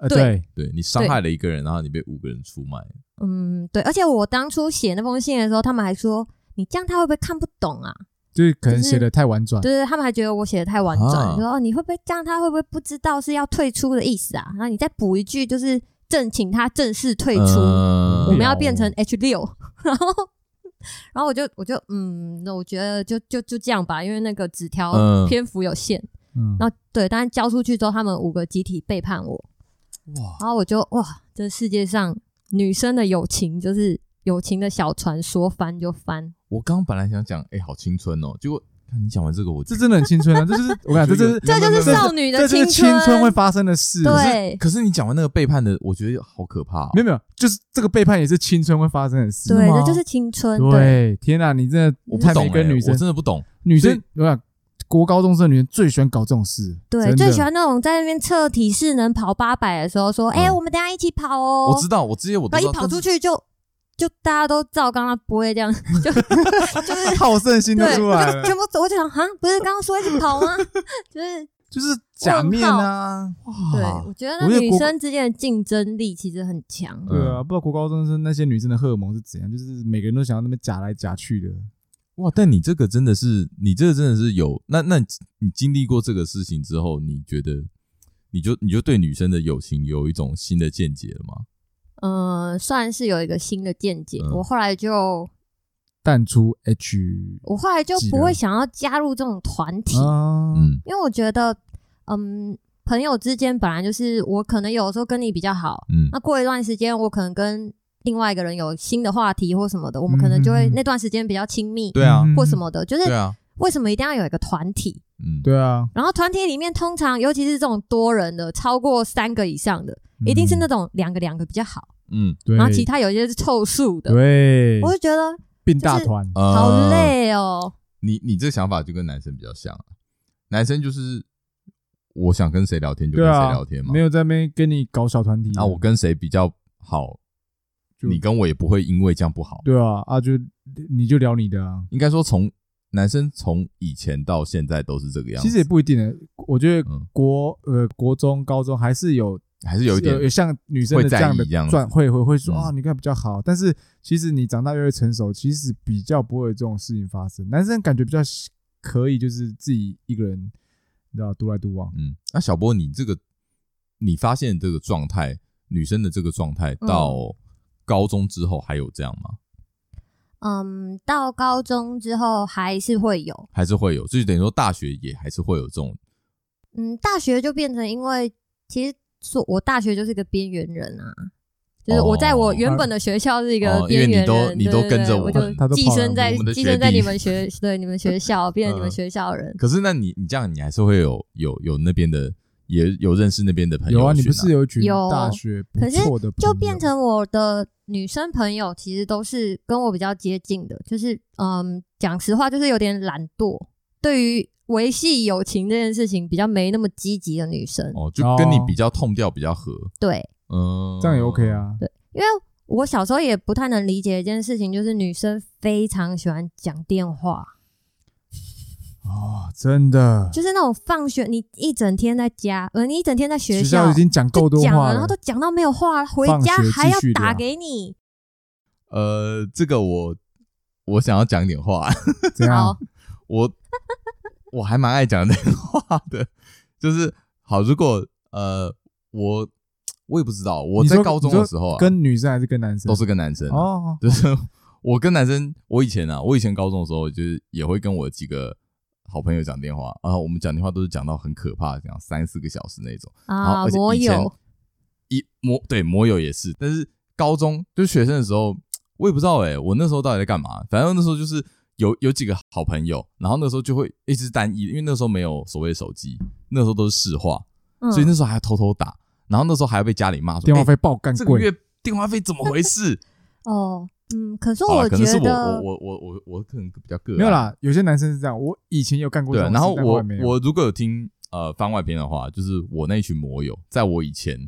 [SPEAKER 1] 呃
[SPEAKER 3] 对
[SPEAKER 1] 对，
[SPEAKER 2] 对你伤害了一个人，然后你被五个人出卖。
[SPEAKER 3] 嗯，对，而且我当初写那封信的时候，他们还说你这样他会不会看不懂啊？
[SPEAKER 1] 就是可能写的太婉转，
[SPEAKER 3] 就是他们还觉得我写的太婉转，
[SPEAKER 2] 啊
[SPEAKER 3] 就说哦你会不会这样他会不会不知道是要退出的意思啊？然后你再补一句，就是正请他正式退出，
[SPEAKER 2] 嗯
[SPEAKER 3] 我们要变成 H 六， 然后。然后我就我就嗯，那我觉得就就就这样吧，因为那个纸条
[SPEAKER 2] 嗯
[SPEAKER 3] 篇幅有限。
[SPEAKER 1] 嗯，
[SPEAKER 3] 然后对，但是交出去之后，他们五个集体背叛我，
[SPEAKER 2] 哇，
[SPEAKER 3] 然后我就哇，这世界上女生的友情就是友情的小船说翻就翻，
[SPEAKER 2] 我刚本来想讲，哎，好青春哦，结果看你讲完这个，我
[SPEAKER 1] 这真的很青春啊！这就是我感觉，这就是
[SPEAKER 3] 这就是少女的
[SPEAKER 1] 这就是青
[SPEAKER 3] 春
[SPEAKER 1] 春会发生的事。
[SPEAKER 3] 对
[SPEAKER 1] 可是
[SPEAKER 3] 对
[SPEAKER 2] 可是你讲完那个背叛的，我觉得好可怕哦、
[SPEAKER 1] 没有没有，就是这个背叛也是青春会发生的事。
[SPEAKER 3] 对，
[SPEAKER 2] 吗
[SPEAKER 3] 这就是青春。对，
[SPEAKER 1] 对，天哪，你真的
[SPEAKER 2] 我不
[SPEAKER 1] 太
[SPEAKER 2] 懂、
[SPEAKER 1] 没跟
[SPEAKER 2] 欸
[SPEAKER 1] 女生
[SPEAKER 2] 我真的不懂。
[SPEAKER 1] 女
[SPEAKER 2] 所
[SPEAKER 1] 生
[SPEAKER 2] 以，
[SPEAKER 1] 我想国高中生的女生最喜欢搞这种事，
[SPEAKER 3] 对，
[SPEAKER 1] 真的
[SPEAKER 3] 最喜欢那种在那边测体适能跑八百的时候说：“哎、
[SPEAKER 2] 嗯
[SPEAKER 3] 我们等一下一起跑哦。”
[SPEAKER 2] 我知道，我这些我都
[SPEAKER 3] 然
[SPEAKER 2] 知
[SPEAKER 3] 后
[SPEAKER 2] 道
[SPEAKER 3] 一跑出
[SPEAKER 2] 但是
[SPEAKER 3] 去就就大家都照刚刚不会这样，就就 是
[SPEAKER 1] 好胜心都
[SPEAKER 3] 对，
[SPEAKER 1] 出
[SPEAKER 3] 我
[SPEAKER 1] 来
[SPEAKER 3] 就
[SPEAKER 1] 了，
[SPEAKER 3] 全部我就想哈，不是刚刚说一起跑吗？ 就是
[SPEAKER 1] 就是假面啊！
[SPEAKER 3] 对
[SPEAKER 1] 哇，，
[SPEAKER 3] 我觉得
[SPEAKER 1] 我觉
[SPEAKER 3] 那
[SPEAKER 1] 得
[SPEAKER 3] 女
[SPEAKER 1] 国
[SPEAKER 3] 生之间的竞争力其实很强。
[SPEAKER 1] 对
[SPEAKER 2] 嗯
[SPEAKER 1] 啊，不知道国高中生那些女生的荷尔蒙是怎样，就是每个人都想要那么夹来夹去的。
[SPEAKER 2] 哇，但你这个真的是，你这个真的是有那那你你经历过这个事情之后，你觉得你就你就对女生的友情有一种新的见解了吗？
[SPEAKER 3] 嗯，算是有一个新的见解。
[SPEAKER 2] 嗯
[SPEAKER 3] 我后来就
[SPEAKER 1] 淡出 H
[SPEAKER 3] 我后来就
[SPEAKER 1] 记得
[SPEAKER 3] 不会想要加入这种团体，
[SPEAKER 1] 啊，
[SPEAKER 2] 嗯
[SPEAKER 3] 因为我觉得，嗯，朋友之间本来就是我可能有时候跟你比较好，
[SPEAKER 2] 嗯
[SPEAKER 1] 啊
[SPEAKER 3] 那过一段时间我可能跟另外一个人有新的话题或什么的，我们可能就会
[SPEAKER 1] 嗯嗯嗯
[SPEAKER 3] 那段时间比较亲密，
[SPEAKER 2] 对啊，
[SPEAKER 1] 嗯
[SPEAKER 3] 或什么的。就是
[SPEAKER 2] 对啊，
[SPEAKER 3] 为什么一定要有一个团体？
[SPEAKER 2] 嗯，
[SPEAKER 1] 对啊，
[SPEAKER 3] 然后团体里面通常，尤其是这种多人的，超过三个以上的，一定是那种两个两个比较好，
[SPEAKER 2] 嗯
[SPEAKER 1] 嗯对，
[SPEAKER 3] 然后其他有一些是凑数的。
[SPEAKER 1] 对
[SPEAKER 3] 我就觉得
[SPEAKER 1] 并大团，
[SPEAKER 2] 呃
[SPEAKER 3] 好累哦。
[SPEAKER 2] 你你这个想法就跟男生比较像、啊，男生就是我想跟谁聊天就跟
[SPEAKER 1] 对
[SPEAKER 2] 谁
[SPEAKER 1] 啊
[SPEAKER 2] 聊天嘛，
[SPEAKER 1] 没有在那边跟你搞小团体
[SPEAKER 2] 啊那我跟谁比较好，
[SPEAKER 1] 就
[SPEAKER 2] 你跟我也不会因为这样不好。
[SPEAKER 1] 对啊啊就你就聊你的啊，
[SPEAKER 2] 应该说从男生从以前到现在都是这个样子，
[SPEAKER 1] 其实也不一定的，我觉得
[SPEAKER 2] 嗯
[SPEAKER 1] 国呃国中高中还是有呃
[SPEAKER 2] 还是有一点
[SPEAKER 1] 有像女生的
[SPEAKER 2] 会
[SPEAKER 1] 这
[SPEAKER 2] 在意
[SPEAKER 1] 样的
[SPEAKER 2] 这样子
[SPEAKER 1] 转会会会说
[SPEAKER 2] 嗯
[SPEAKER 1] 啊你看比较好，但是其实你长大越来越成熟，其实比较不会有这种事情发生，男生感觉比较可以就是自己一个人，你知道独来独往。
[SPEAKER 2] 嗯，那小波，你这个你发现这个状态，女生的这个状态
[SPEAKER 3] 嗯
[SPEAKER 2] 到高中之后还有这样吗？
[SPEAKER 3] 嗯，到高中之后还是会有，
[SPEAKER 2] 还是会有？就是等于说大学也还是会有这种，
[SPEAKER 3] 嗯，大学就变成因为其实说我大学就是一个边缘人啊。就是我在我原本的学校是一
[SPEAKER 2] 哦
[SPEAKER 3] 个
[SPEAKER 2] 哦因为
[SPEAKER 3] 边
[SPEAKER 2] 你
[SPEAKER 3] 缘
[SPEAKER 2] 都
[SPEAKER 3] 人，
[SPEAKER 2] 你都
[SPEAKER 3] 对对
[SPEAKER 2] 跟着
[SPEAKER 3] 对
[SPEAKER 2] 我
[SPEAKER 3] 我
[SPEAKER 2] 们
[SPEAKER 1] 他
[SPEAKER 3] 就
[SPEAKER 1] 都
[SPEAKER 3] 寄
[SPEAKER 1] 跑来
[SPEAKER 3] 生在
[SPEAKER 2] 我们的
[SPEAKER 3] 寄
[SPEAKER 2] 学
[SPEAKER 3] 生在
[SPEAKER 2] 弟
[SPEAKER 3] 你 们学对你们学校，
[SPEAKER 2] 嗯
[SPEAKER 3] 变成你们学校人。
[SPEAKER 2] 可是那你你这样，你还是会有有有那边的也有认识那边的朋友、
[SPEAKER 1] 有啊，你不是？有一群
[SPEAKER 3] 有
[SPEAKER 1] 大学不
[SPEAKER 3] 可是
[SPEAKER 1] 错的朋
[SPEAKER 3] 就
[SPEAKER 1] 友，
[SPEAKER 2] 嗯
[SPEAKER 3] 变成我的女生朋友，其实都是跟我比较接近的，就是嗯，讲实话，就是有点懒惰，对于维系友情这件事情比较没那么积极的女生，
[SPEAKER 2] 哦，就跟你
[SPEAKER 1] 哦
[SPEAKER 2] 比较痛调比较合，
[SPEAKER 3] 对，
[SPEAKER 2] 嗯，
[SPEAKER 1] 这样也 OK。啊。
[SPEAKER 3] 因为我小时候也不太能理解一件事情，就是女生非常喜欢讲电话，
[SPEAKER 1] 哦，真的，
[SPEAKER 3] 就是那种放学你一整天在家，呃，你一整天在学
[SPEAKER 1] 学校已经讲够多
[SPEAKER 3] 就讲
[SPEAKER 1] 话
[SPEAKER 3] 了，然后都讲到没有话了，回
[SPEAKER 1] 放
[SPEAKER 3] 家
[SPEAKER 1] 学
[SPEAKER 3] 还
[SPEAKER 1] 继
[SPEAKER 3] 要
[SPEAKER 1] 续
[SPEAKER 3] 打
[SPEAKER 1] 聊
[SPEAKER 3] 给你，
[SPEAKER 2] 呃，这个我我想要讲点话，
[SPEAKER 1] 怎样
[SPEAKER 3] 好？，
[SPEAKER 2] 我我还蛮爱讲这个话的，就是好，如果呃，我我也不知道，我
[SPEAKER 1] 你
[SPEAKER 2] 在
[SPEAKER 1] 说
[SPEAKER 2] 高中的时候啊，
[SPEAKER 1] 跟女生还是跟男生
[SPEAKER 2] 都是跟男生啊、
[SPEAKER 1] 哦，
[SPEAKER 2] 就是我跟男生，我以前啊，我以前高中的时候，就是也会跟我几个好朋友讲电话，然后我们讲电话都是讲到很可怕，讲三四个小时那种，然后
[SPEAKER 3] 啊，
[SPEAKER 2] 而且
[SPEAKER 3] 我
[SPEAKER 2] 以前
[SPEAKER 3] 有，
[SPEAKER 2] 一摩对摩友也是，但是高中就是学生的时候，我也不知道哎、我那时候到底在干嘛，反正那时候就是。有有几个好朋友，然后那时候就会一直单一，因为那时候没有所谓手机，那时候都是市话，
[SPEAKER 3] 嗯
[SPEAKER 2] 所以那时候还偷偷打，然后那时候还被家里骂说
[SPEAKER 1] 电话
[SPEAKER 2] 欸
[SPEAKER 1] 费爆干
[SPEAKER 2] 这个
[SPEAKER 1] 贵，
[SPEAKER 2] 月电话费怎么回事？
[SPEAKER 3] 哦，嗯， 可是
[SPEAKER 2] 好啦
[SPEAKER 3] 我
[SPEAKER 2] 可能是
[SPEAKER 3] 觉
[SPEAKER 2] 我我
[SPEAKER 3] 得，
[SPEAKER 2] 我我我我可能比较个案
[SPEAKER 1] 没有啦，有些男生是这样，我以前有干过
[SPEAKER 2] 啊对
[SPEAKER 1] 这
[SPEAKER 2] 啊，
[SPEAKER 1] 种
[SPEAKER 2] 然后
[SPEAKER 1] 事，但
[SPEAKER 2] 我
[SPEAKER 1] 也没有
[SPEAKER 2] 我如果有听呃番外篇的话，就是我那群魔友，在我以前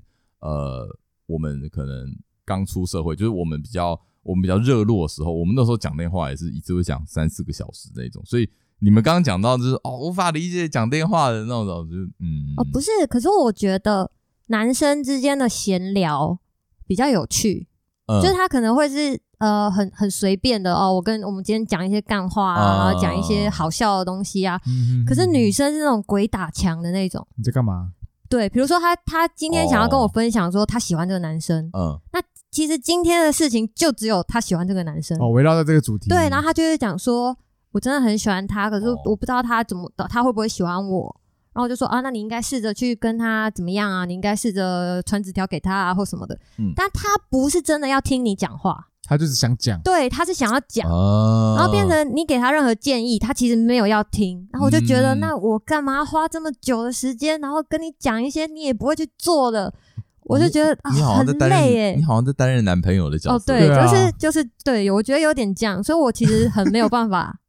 [SPEAKER 2] 呃，我们可能刚出社会，就是我们比较我们比较热络的时候，我们那时候讲电话也是一次会讲三四个小时那种，所以你们刚刚讲到就是哦无法理解讲电话的那种，就是嗯
[SPEAKER 3] 哦，不是，可是我觉得男生之间的闲聊比较有趣，
[SPEAKER 2] 嗯
[SPEAKER 3] 就是他可能会是呃很很随便的哦，我跟我们今天讲一些干话
[SPEAKER 2] 啊
[SPEAKER 3] 啊，然后讲一些好笑的东西啊。
[SPEAKER 1] 嗯
[SPEAKER 3] 可是女生是那种鬼打墙的那种，
[SPEAKER 1] 你在干嘛？
[SPEAKER 3] 对，比如说她她今天想要跟
[SPEAKER 2] 哦
[SPEAKER 3] 我分享说她喜欢这个男生，
[SPEAKER 2] 嗯
[SPEAKER 3] 其实今天的事情就只有她喜欢这个男生，
[SPEAKER 1] 哦，围绕在这个主题，
[SPEAKER 3] 嗯对，然后他就会讲说，我真的很喜欢他，可是
[SPEAKER 2] 嗯哦
[SPEAKER 3] 我不知道他怎么，他会不会喜欢我。然后我就说啊，那你应该试着去跟他怎么样啊？你应该试着传纸条给他啊，或什么的。
[SPEAKER 2] 嗯
[SPEAKER 3] 但他不是真的要听你讲话，
[SPEAKER 1] 他就是想讲，
[SPEAKER 3] 对，他是想要讲，
[SPEAKER 2] 啊，
[SPEAKER 3] 然后变成你给他任何建议，他其实没有要听。然后我就觉得，
[SPEAKER 2] 嗯
[SPEAKER 3] 那我干嘛花这么久的时间，然后跟你讲一些你也不会去做的？我就觉得啊
[SPEAKER 2] 你好像在
[SPEAKER 3] 很
[SPEAKER 2] 担
[SPEAKER 3] 累
[SPEAKER 2] 任，
[SPEAKER 3] 耶
[SPEAKER 2] 你。好像在担任男朋友的角
[SPEAKER 3] 哦，
[SPEAKER 2] 色。
[SPEAKER 3] 对，
[SPEAKER 1] 对啊
[SPEAKER 3] 就是就是对，我觉得有点这样，所以我其实很没有办法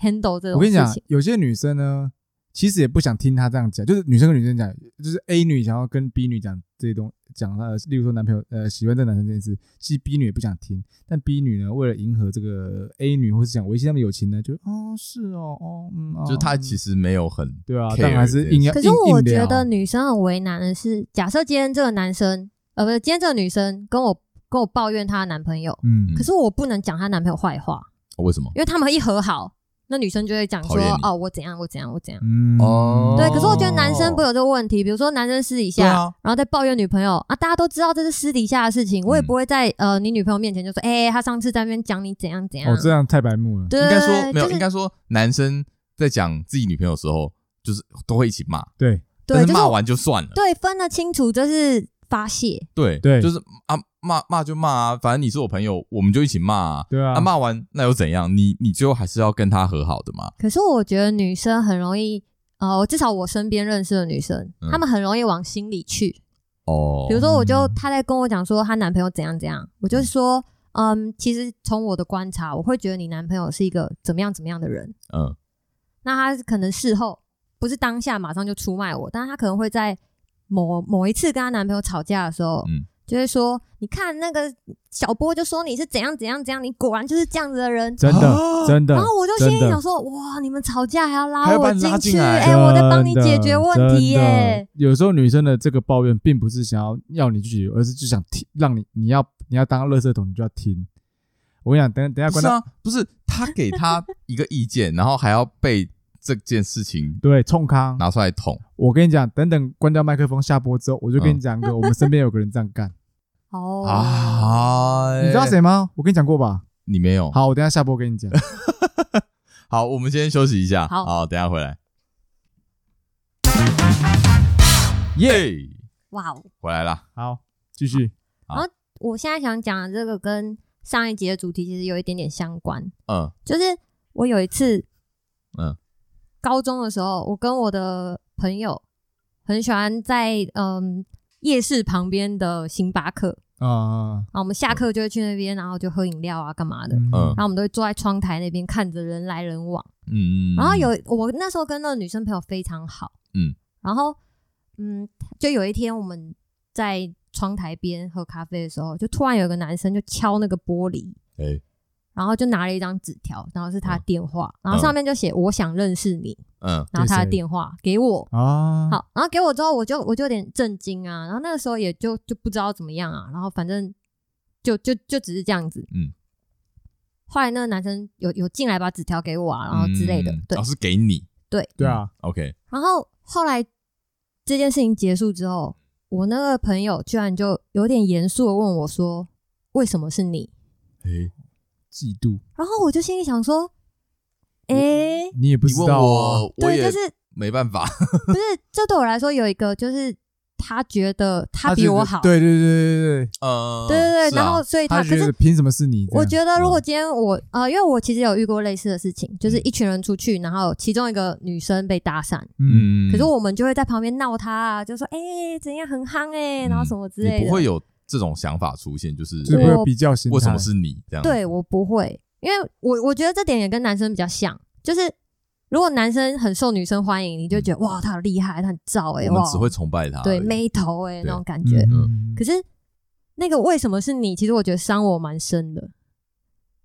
[SPEAKER 3] handle 这
[SPEAKER 1] 我
[SPEAKER 3] 种
[SPEAKER 1] 跟你
[SPEAKER 3] 事
[SPEAKER 1] 讲
[SPEAKER 3] 情。，
[SPEAKER 1] 有些女生呢，其实也不想听她这样讲，就是女生跟女生讲，就是 A 女想要跟 B 女讲这些东讲她的，例如说男朋友呃喜欢这个男生这件事，其实 B 女也不想听，但 B 女呢，为了迎合这个 A 女，或是想维系他们友情呢，就哦是哦哦嗯，哦
[SPEAKER 2] 就是他
[SPEAKER 1] 嗯
[SPEAKER 2] 其实没有很
[SPEAKER 1] 对啊
[SPEAKER 2] care，
[SPEAKER 1] 但还是硬要。
[SPEAKER 3] 可是我觉
[SPEAKER 1] 硬
[SPEAKER 3] 得
[SPEAKER 1] 硬聊
[SPEAKER 3] 女生很为难的是，假设今天这个男生，呃，不是今天这个女生跟我跟我抱怨她的男朋友，
[SPEAKER 1] 嗯
[SPEAKER 3] 可是我不能讲她男朋友坏话，
[SPEAKER 2] 哦为什么？
[SPEAKER 3] 因为他们一和好，那女生就会讲说
[SPEAKER 2] 讨厌你
[SPEAKER 3] 哦，我怎样，我怎样，我怎样。
[SPEAKER 1] 嗯
[SPEAKER 2] 哦
[SPEAKER 3] 对，可是我觉得男生
[SPEAKER 2] 哦
[SPEAKER 3] 不会有这个问题，比如说男生私底
[SPEAKER 2] 对
[SPEAKER 3] 下，
[SPEAKER 2] 啊
[SPEAKER 3] 然后再抱怨女朋友啊，大家都知道这是私底下的事情，我也
[SPEAKER 2] 嗯
[SPEAKER 3] 不会在、呃你女朋友面前就说，哎、她上次在那边讲你怎样怎样，
[SPEAKER 1] 哦这样太白目了，
[SPEAKER 3] 对，
[SPEAKER 2] 应该说没有，
[SPEAKER 3] 就是
[SPEAKER 2] 应该说男生在讲自己女朋友的时候，就是都会一起骂，
[SPEAKER 1] 对
[SPEAKER 2] 但
[SPEAKER 3] 对，就是
[SPEAKER 2] 骂完就算了。
[SPEAKER 3] 对分得清楚，这是发泄，
[SPEAKER 2] 对
[SPEAKER 1] 对
[SPEAKER 2] 就是啊骂骂就骂啊，反正你是我朋友，我们就一起骂啊。
[SPEAKER 1] 对啊
[SPEAKER 2] 啊，骂完那又怎样？你你最后还是要跟他和好的嘛。
[SPEAKER 3] 可是我觉得女生很容易，呃，至少我身边认识的女生，
[SPEAKER 2] 嗯
[SPEAKER 3] 她们很容易往心里去。
[SPEAKER 2] 哦
[SPEAKER 3] 比如说，我就
[SPEAKER 1] 嗯
[SPEAKER 3] 她在跟我讲说她男朋友怎样怎样，我就说，嗯，其实从我的观察，我会觉得你男朋友是一个怎么样怎么样的人。
[SPEAKER 2] 嗯，
[SPEAKER 3] 那他可能事后不是当下马上就出卖我，但是他可能会在某某一次跟她男朋友吵架的时候，
[SPEAKER 2] 嗯
[SPEAKER 3] 就会说，你看那个小波就说你是怎样怎样怎样，你果然就是这样子的人，
[SPEAKER 1] 真的
[SPEAKER 2] 啊
[SPEAKER 1] 真的
[SPEAKER 3] 然，后我就心里
[SPEAKER 1] 真的
[SPEAKER 3] 想说，哇，你们吵架还要
[SPEAKER 2] 还
[SPEAKER 3] 拉
[SPEAKER 2] 要把
[SPEAKER 3] 我
[SPEAKER 2] 你拉
[SPEAKER 3] 进去，
[SPEAKER 2] 进来
[SPEAKER 3] 哎、我在帮你解决问题耶、
[SPEAKER 1] 真的。有时候女生的这个抱怨，并不是想要要你拒绝，而是就想听，让你你要你要当垃圾桶，你就要听。我跟你讲，等等一下
[SPEAKER 2] 不
[SPEAKER 1] 关
[SPEAKER 2] 是
[SPEAKER 1] 到、
[SPEAKER 2] 啊，不是他给他一个意见，然后还要被这件事情
[SPEAKER 1] 对冲康，
[SPEAKER 2] 拿出来捅。
[SPEAKER 1] 我跟你讲，等等关掉麦克风下播之后，我
[SPEAKER 2] 嗯
[SPEAKER 1] 就跟你讲一个，我们身边有个人这样干，
[SPEAKER 3] 哦、
[SPEAKER 2] 啊，
[SPEAKER 1] 你知道谁吗？我跟你讲过吧？
[SPEAKER 2] 你没有。
[SPEAKER 1] 好，我等一下下播跟你 讲。
[SPEAKER 2] 好，我们先休息一下。
[SPEAKER 3] 好
[SPEAKER 2] 等一下回来。耶、
[SPEAKER 1] 耶、
[SPEAKER 3] 哇哦！
[SPEAKER 2] 回来啦。
[SPEAKER 1] 好，继续。
[SPEAKER 3] 我现在想讲的这个跟上一集的主题其实有一点点相关，
[SPEAKER 2] 嗯
[SPEAKER 3] 就是我有一次，
[SPEAKER 2] 嗯，
[SPEAKER 3] 高中的时候，我跟我的朋友很喜欢在嗯夜市旁边的星巴克，
[SPEAKER 2] 嗯
[SPEAKER 1] 啊、呃，
[SPEAKER 3] 然后我们下课就会去那边，然后就喝饮料啊干嘛的，
[SPEAKER 2] 嗯
[SPEAKER 3] 然后我们都会坐在窗台那边看着人来人往。
[SPEAKER 2] 嗯嗯。
[SPEAKER 3] 然后有我那时候跟那个女生朋友非常好，
[SPEAKER 2] 嗯，
[SPEAKER 3] 然后嗯，就有一天我们在窗台边喝咖啡的时候，就突然有个男生就敲那个玻璃，
[SPEAKER 2] 哎、
[SPEAKER 3] 然后就拿了一张纸条，然后是他的电话，然后
[SPEAKER 2] 嗯
[SPEAKER 3] 上面就写我想认识你，
[SPEAKER 2] 嗯
[SPEAKER 3] 然后他
[SPEAKER 1] 这
[SPEAKER 3] 的
[SPEAKER 1] 谁
[SPEAKER 3] 电话给我。
[SPEAKER 1] 啊，
[SPEAKER 3] 好，然后给我之后，我就我就有点震惊啊，然后那个时候也就就不知道怎么样啊，然后反正就就就只是这样子，
[SPEAKER 2] 嗯。
[SPEAKER 3] 后来那个男生有有进来把纸条给我啊，然后之类的，
[SPEAKER 2] 嗯
[SPEAKER 3] 对
[SPEAKER 2] 哦，是给你。
[SPEAKER 3] 对，
[SPEAKER 1] 对啊，
[SPEAKER 2] OK，
[SPEAKER 3] 然后后来这件事情结束之后，我那个朋友居然就有点严肃的问我说：“为什么是你
[SPEAKER 2] 哎、
[SPEAKER 1] 嫉妒，？”
[SPEAKER 3] 然后我就心里想说：“诶，
[SPEAKER 1] 你也不
[SPEAKER 2] 你
[SPEAKER 1] 知
[SPEAKER 2] 问
[SPEAKER 1] 道啊
[SPEAKER 2] 我，我
[SPEAKER 3] 对，
[SPEAKER 2] 也
[SPEAKER 3] 就是
[SPEAKER 2] 没办法。
[SPEAKER 3] 不是这对我来说有一个，就是他觉得他比
[SPEAKER 1] 觉得
[SPEAKER 3] 我好，
[SPEAKER 1] 对对对对对，
[SPEAKER 2] 嗯，
[SPEAKER 3] 对对
[SPEAKER 2] 是
[SPEAKER 3] 对，然后
[SPEAKER 2] 啊
[SPEAKER 3] 所以他
[SPEAKER 1] 他
[SPEAKER 3] 可
[SPEAKER 1] 觉
[SPEAKER 3] 是
[SPEAKER 1] 得凭什么是你这样？
[SPEAKER 3] 我觉得如果今天我呃，因为我其实有遇过类似的事情，就是
[SPEAKER 2] 嗯
[SPEAKER 3] 一群人出去，然后其中一个女生被搭讪，
[SPEAKER 1] 嗯，
[SPEAKER 2] 嗯，
[SPEAKER 3] 可是我们就会在旁边闹她啊，就说哎、诶怎样很夯哎、然后什么之类
[SPEAKER 2] 你
[SPEAKER 3] 的
[SPEAKER 2] 不。会有这种想法出现，就是
[SPEAKER 1] 就是会有
[SPEAKER 3] 我
[SPEAKER 1] 比较心态。
[SPEAKER 2] 为什么是你这样？
[SPEAKER 3] 对，我不会，因为我我觉得这点也跟男生比较像，就是如果男生很受女生欢迎，你就觉得哇，他好厉害，他很燥哎、欸，
[SPEAKER 2] 嗯我
[SPEAKER 3] 哇
[SPEAKER 2] 们，只会崇拜他而已。
[SPEAKER 3] 对妹头哎、
[SPEAKER 2] 对
[SPEAKER 3] 那种感觉。
[SPEAKER 1] 嗯？
[SPEAKER 3] 可是那个为什么是你？其实我觉得伤我蛮深的，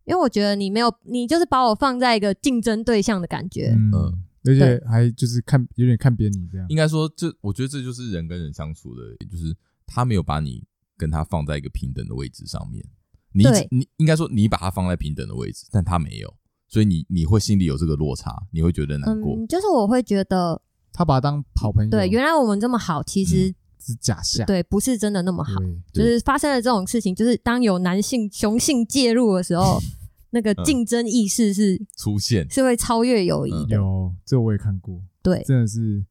[SPEAKER 3] 因为我觉得你没有，你就是把我放在一个竞争对象的感觉。
[SPEAKER 1] 嗯
[SPEAKER 2] 嗯，
[SPEAKER 1] 而且还就是看有点看扁你这样。
[SPEAKER 2] 应该说这，我觉得这就是人跟人相处的，就是他没有把你跟他放在一个平等的位置上面。你
[SPEAKER 3] 对
[SPEAKER 2] 你应该说你把他放在平等的位置，但他没有，所以你你会心里有这个落差，你会觉得难过。
[SPEAKER 3] 嗯，就是我会觉得，
[SPEAKER 1] 他把他当好朋友，
[SPEAKER 3] 对，原来我们这么好，
[SPEAKER 2] 嗯
[SPEAKER 3] 其实、
[SPEAKER 1] 是假
[SPEAKER 2] 啊
[SPEAKER 1] 象，
[SPEAKER 3] 对不是真的那么好。
[SPEAKER 1] 对，
[SPEAKER 3] 就
[SPEAKER 2] 对
[SPEAKER 3] 是发生了这种事情，就是当有男性雄性介入的时候，那个
[SPEAKER 2] 嗯
[SPEAKER 3] 竞争意识是
[SPEAKER 2] 出现
[SPEAKER 3] 是会超越友谊的。
[SPEAKER 1] 有这我也看过，
[SPEAKER 3] 对，
[SPEAKER 1] 真的是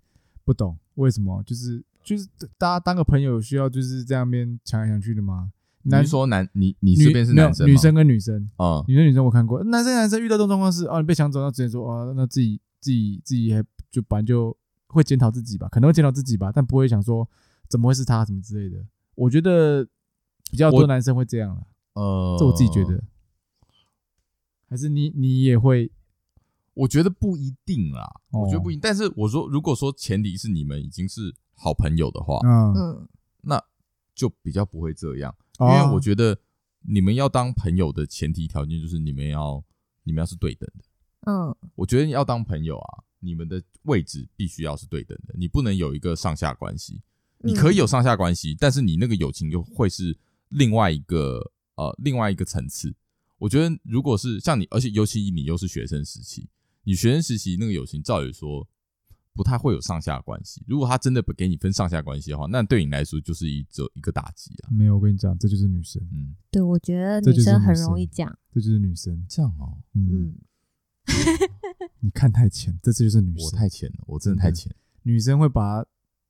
[SPEAKER 1] 不懂为什么，就是就是大家当个朋友需要就是这样面抢来抢去的吗？
[SPEAKER 2] 你
[SPEAKER 1] 男
[SPEAKER 2] 是说男你你
[SPEAKER 1] 女
[SPEAKER 2] 这边是男生吗
[SPEAKER 1] 没有女生跟女生，
[SPEAKER 2] 嗯
[SPEAKER 1] 女生女生我看过，呃男生男生遇到这种状况是啊，你被抢走，那直接说啊，那自己自己自己还就本来就会检讨自己吧，可能会检讨自己吧，但不会想说怎么会是他什么之类的。我觉得比较多
[SPEAKER 2] 我
[SPEAKER 1] 男生会这样了，
[SPEAKER 2] 呃，
[SPEAKER 1] 这我自己觉得。还是你你也会
[SPEAKER 2] 我觉得不一定啦，
[SPEAKER 1] 哦
[SPEAKER 2] 我觉得不一定。但是我说，如果说前提是你们已经是好朋友的话，
[SPEAKER 1] 嗯，
[SPEAKER 3] 嗯，
[SPEAKER 2] 那就比较不会这样，
[SPEAKER 1] 因
[SPEAKER 2] 因为我觉得你们要当朋友的前提条件就是你们要你们要是对等的。
[SPEAKER 3] 嗯，
[SPEAKER 2] 我觉得你要当朋友啊，你们的位置必须要是对等的，你不能有一个上下关系。你可以有上下关系，但是你那个友情又会是另外一个呃另外一个层次。我觉得如果是像你，而且尤其你又是学生时期，你学生时期那个友情，照理说不太会有上下关系。如果他真的不给你分上下关系的话，那对你来说就是一种一个打击啊。
[SPEAKER 1] 没有，我跟你讲，这就是女生，
[SPEAKER 2] 嗯，
[SPEAKER 3] 对，我觉得
[SPEAKER 1] 这
[SPEAKER 3] 女
[SPEAKER 1] 就是
[SPEAKER 3] 生很
[SPEAKER 1] 女
[SPEAKER 3] 容易
[SPEAKER 1] 生
[SPEAKER 3] 讲，
[SPEAKER 1] 这就是女生。
[SPEAKER 2] 这样哦，
[SPEAKER 1] 嗯，
[SPEAKER 3] 嗯，
[SPEAKER 1] 你看太浅，这就是女
[SPEAKER 2] 我
[SPEAKER 1] 生。
[SPEAKER 2] 太浅了，我真的太浅，
[SPEAKER 1] 女生会把，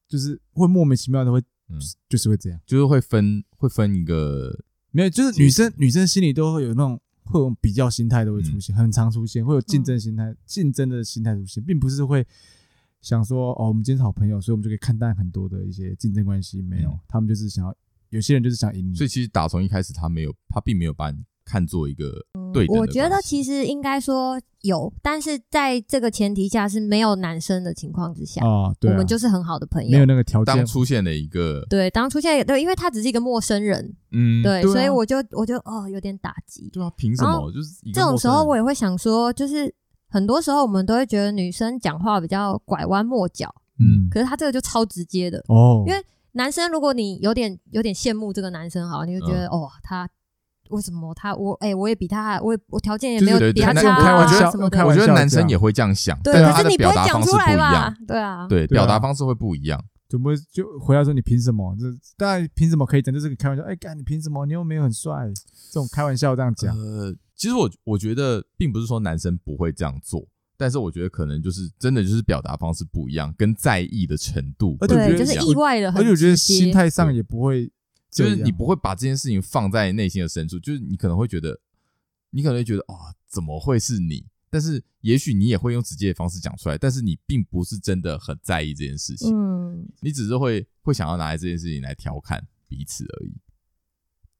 [SPEAKER 1] 就是会莫名其妙的会，
[SPEAKER 2] 嗯
[SPEAKER 1] 就是会这样。
[SPEAKER 2] 就是会分会分一个
[SPEAKER 1] 没有，就是女生女生心里都会有那种会有比较心态都会
[SPEAKER 2] 嗯
[SPEAKER 1] 出现，很常出现，会有竞
[SPEAKER 3] 嗯
[SPEAKER 1] 争心态、竞争的心态出现，并不是会想说哦，我们今天是好朋友，所以我们就可以看淡很多的一些竞争关系。没有
[SPEAKER 2] 嗯，
[SPEAKER 1] 他们就是想要，有些人就是想赢你
[SPEAKER 2] 所以。其实打从一开始，他没有，他并没有把你看作一个对等的
[SPEAKER 3] 我觉得
[SPEAKER 2] 关系
[SPEAKER 3] 其实应该说有，但是在这个前提下是没有男生的情况之下，
[SPEAKER 1] 啊，对
[SPEAKER 3] 我
[SPEAKER 1] 啊，
[SPEAKER 3] 们就是很好的朋
[SPEAKER 1] 没有
[SPEAKER 3] 友。
[SPEAKER 1] 那个条件
[SPEAKER 2] 当。出现了一个
[SPEAKER 3] 对，当出现对，因为他只是一个陌生人，
[SPEAKER 2] 嗯
[SPEAKER 3] 对，
[SPEAKER 1] 对啊
[SPEAKER 3] 所以我就我就哦有点打击。
[SPEAKER 2] 对啊，凭什
[SPEAKER 3] 然
[SPEAKER 2] 么？
[SPEAKER 3] 后
[SPEAKER 2] 就是一个
[SPEAKER 3] 这种
[SPEAKER 2] 陌
[SPEAKER 3] 时
[SPEAKER 2] 生
[SPEAKER 3] 候
[SPEAKER 2] 人
[SPEAKER 3] 我也会想说，就是很多时候我们都会觉得女生讲话比较拐弯抹角，
[SPEAKER 1] 嗯，
[SPEAKER 3] 可是他这个就超直接的。
[SPEAKER 1] 哦，
[SPEAKER 3] 因为男生，如果你有点有点羡慕这个男生，好，你就觉得、
[SPEAKER 2] 嗯
[SPEAKER 3] 哦，他为什么他我哎、我也比他还我也我条件也没有
[SPEAKER 2] 就是
[SPEAKER 3] 比他
[SPEAKER 2] 对
[SPEAKER 3] 差、
[SPEAKER 2] 那开
[SPEAKER 3] 啊
[SPEAKER 2] 玩笑
[SPEAKER 3] 什么
[SPEAKER 1] 开
[SPEAKER 3] 的
[SPEAKER 1] 玩，
[SPEAKER 2] 我觉
[SPEAKER 1] 笑
[SPEAKER 2] 得男生
[SPEAKER 1] 这
[SPEAKER 2] 也
[SPEAKER 1] 样
[SPEAKER 2] 会这样想，
[SPEAKER 3] 对，
[SPEAKER 2] 但
[SPEAKER 3] 可
[SPEAKER 2] 他
[SPEAKER 3] 是
[SPEAKER 2] 的
[SPEAKER 3] 你不
[SPEAKER 2] 表
[SPEAKER 3] 会
[SPEAKER 2] 达
[SPEAKER 3] 讲
[SPEAKER 2] 方式
[SPEAKER 3] 出
[SPEAKER 2] 不
[SPEAKER 3] 来
[SPEAKER 2] 一
[SPEAKER 3] 吧
[SPEAKER 2] 样，？
[SPEAKER 3] 对啊，
[SPEAKER 2] 对，
[SPEAKER 1] 对啊
[SPEAKER 2] 表达方式会不一样。
[SPEAKER 1] 怎么就回答说你凭什么？这大家凭什么可以讲？就是
[SPEAKER 3] 嗯
[SPEAKER 1] 开玩笑，哎，干你凭什么？你又没有很帅，这种开玩笑这样讲。
[SPEAKER 2] 呃，其实我我觉得并不是说男生不会这样做，但是我觉得可能就是真的就是表达方式不一样，跟在意的程度
[SPEAKER 1] 而
[SPEAKER 2] 不
[SPEAKER 1] 且我觉得
[SPEAKER 3] 对，就
[SPEAKER 2] 一
[SPEAKER 3] 是
[SPEAKER 2] 样。啊
[SPEAKER 3] 意外的，
[SPEAKER 1] 而且我觉得心态上
[SPEAKER 2] 对
[SPEAKER 1] 也不会这
[SPEAKER 2] 就
[SPEAKER 1] 样，
[SPEAKER 2] 是你不会把这件事情放在内心的深处，就是你可能会觉得，你可能会觉得啊、怎么会是你？但是也许你也会用直接的方式讲出来，但是你并不是真的很在意这件事情。
[SPEAKER 3] 嗯，
[SPEAKER 2] 你只是会会想要拿来这件事情来调侃彼此而已。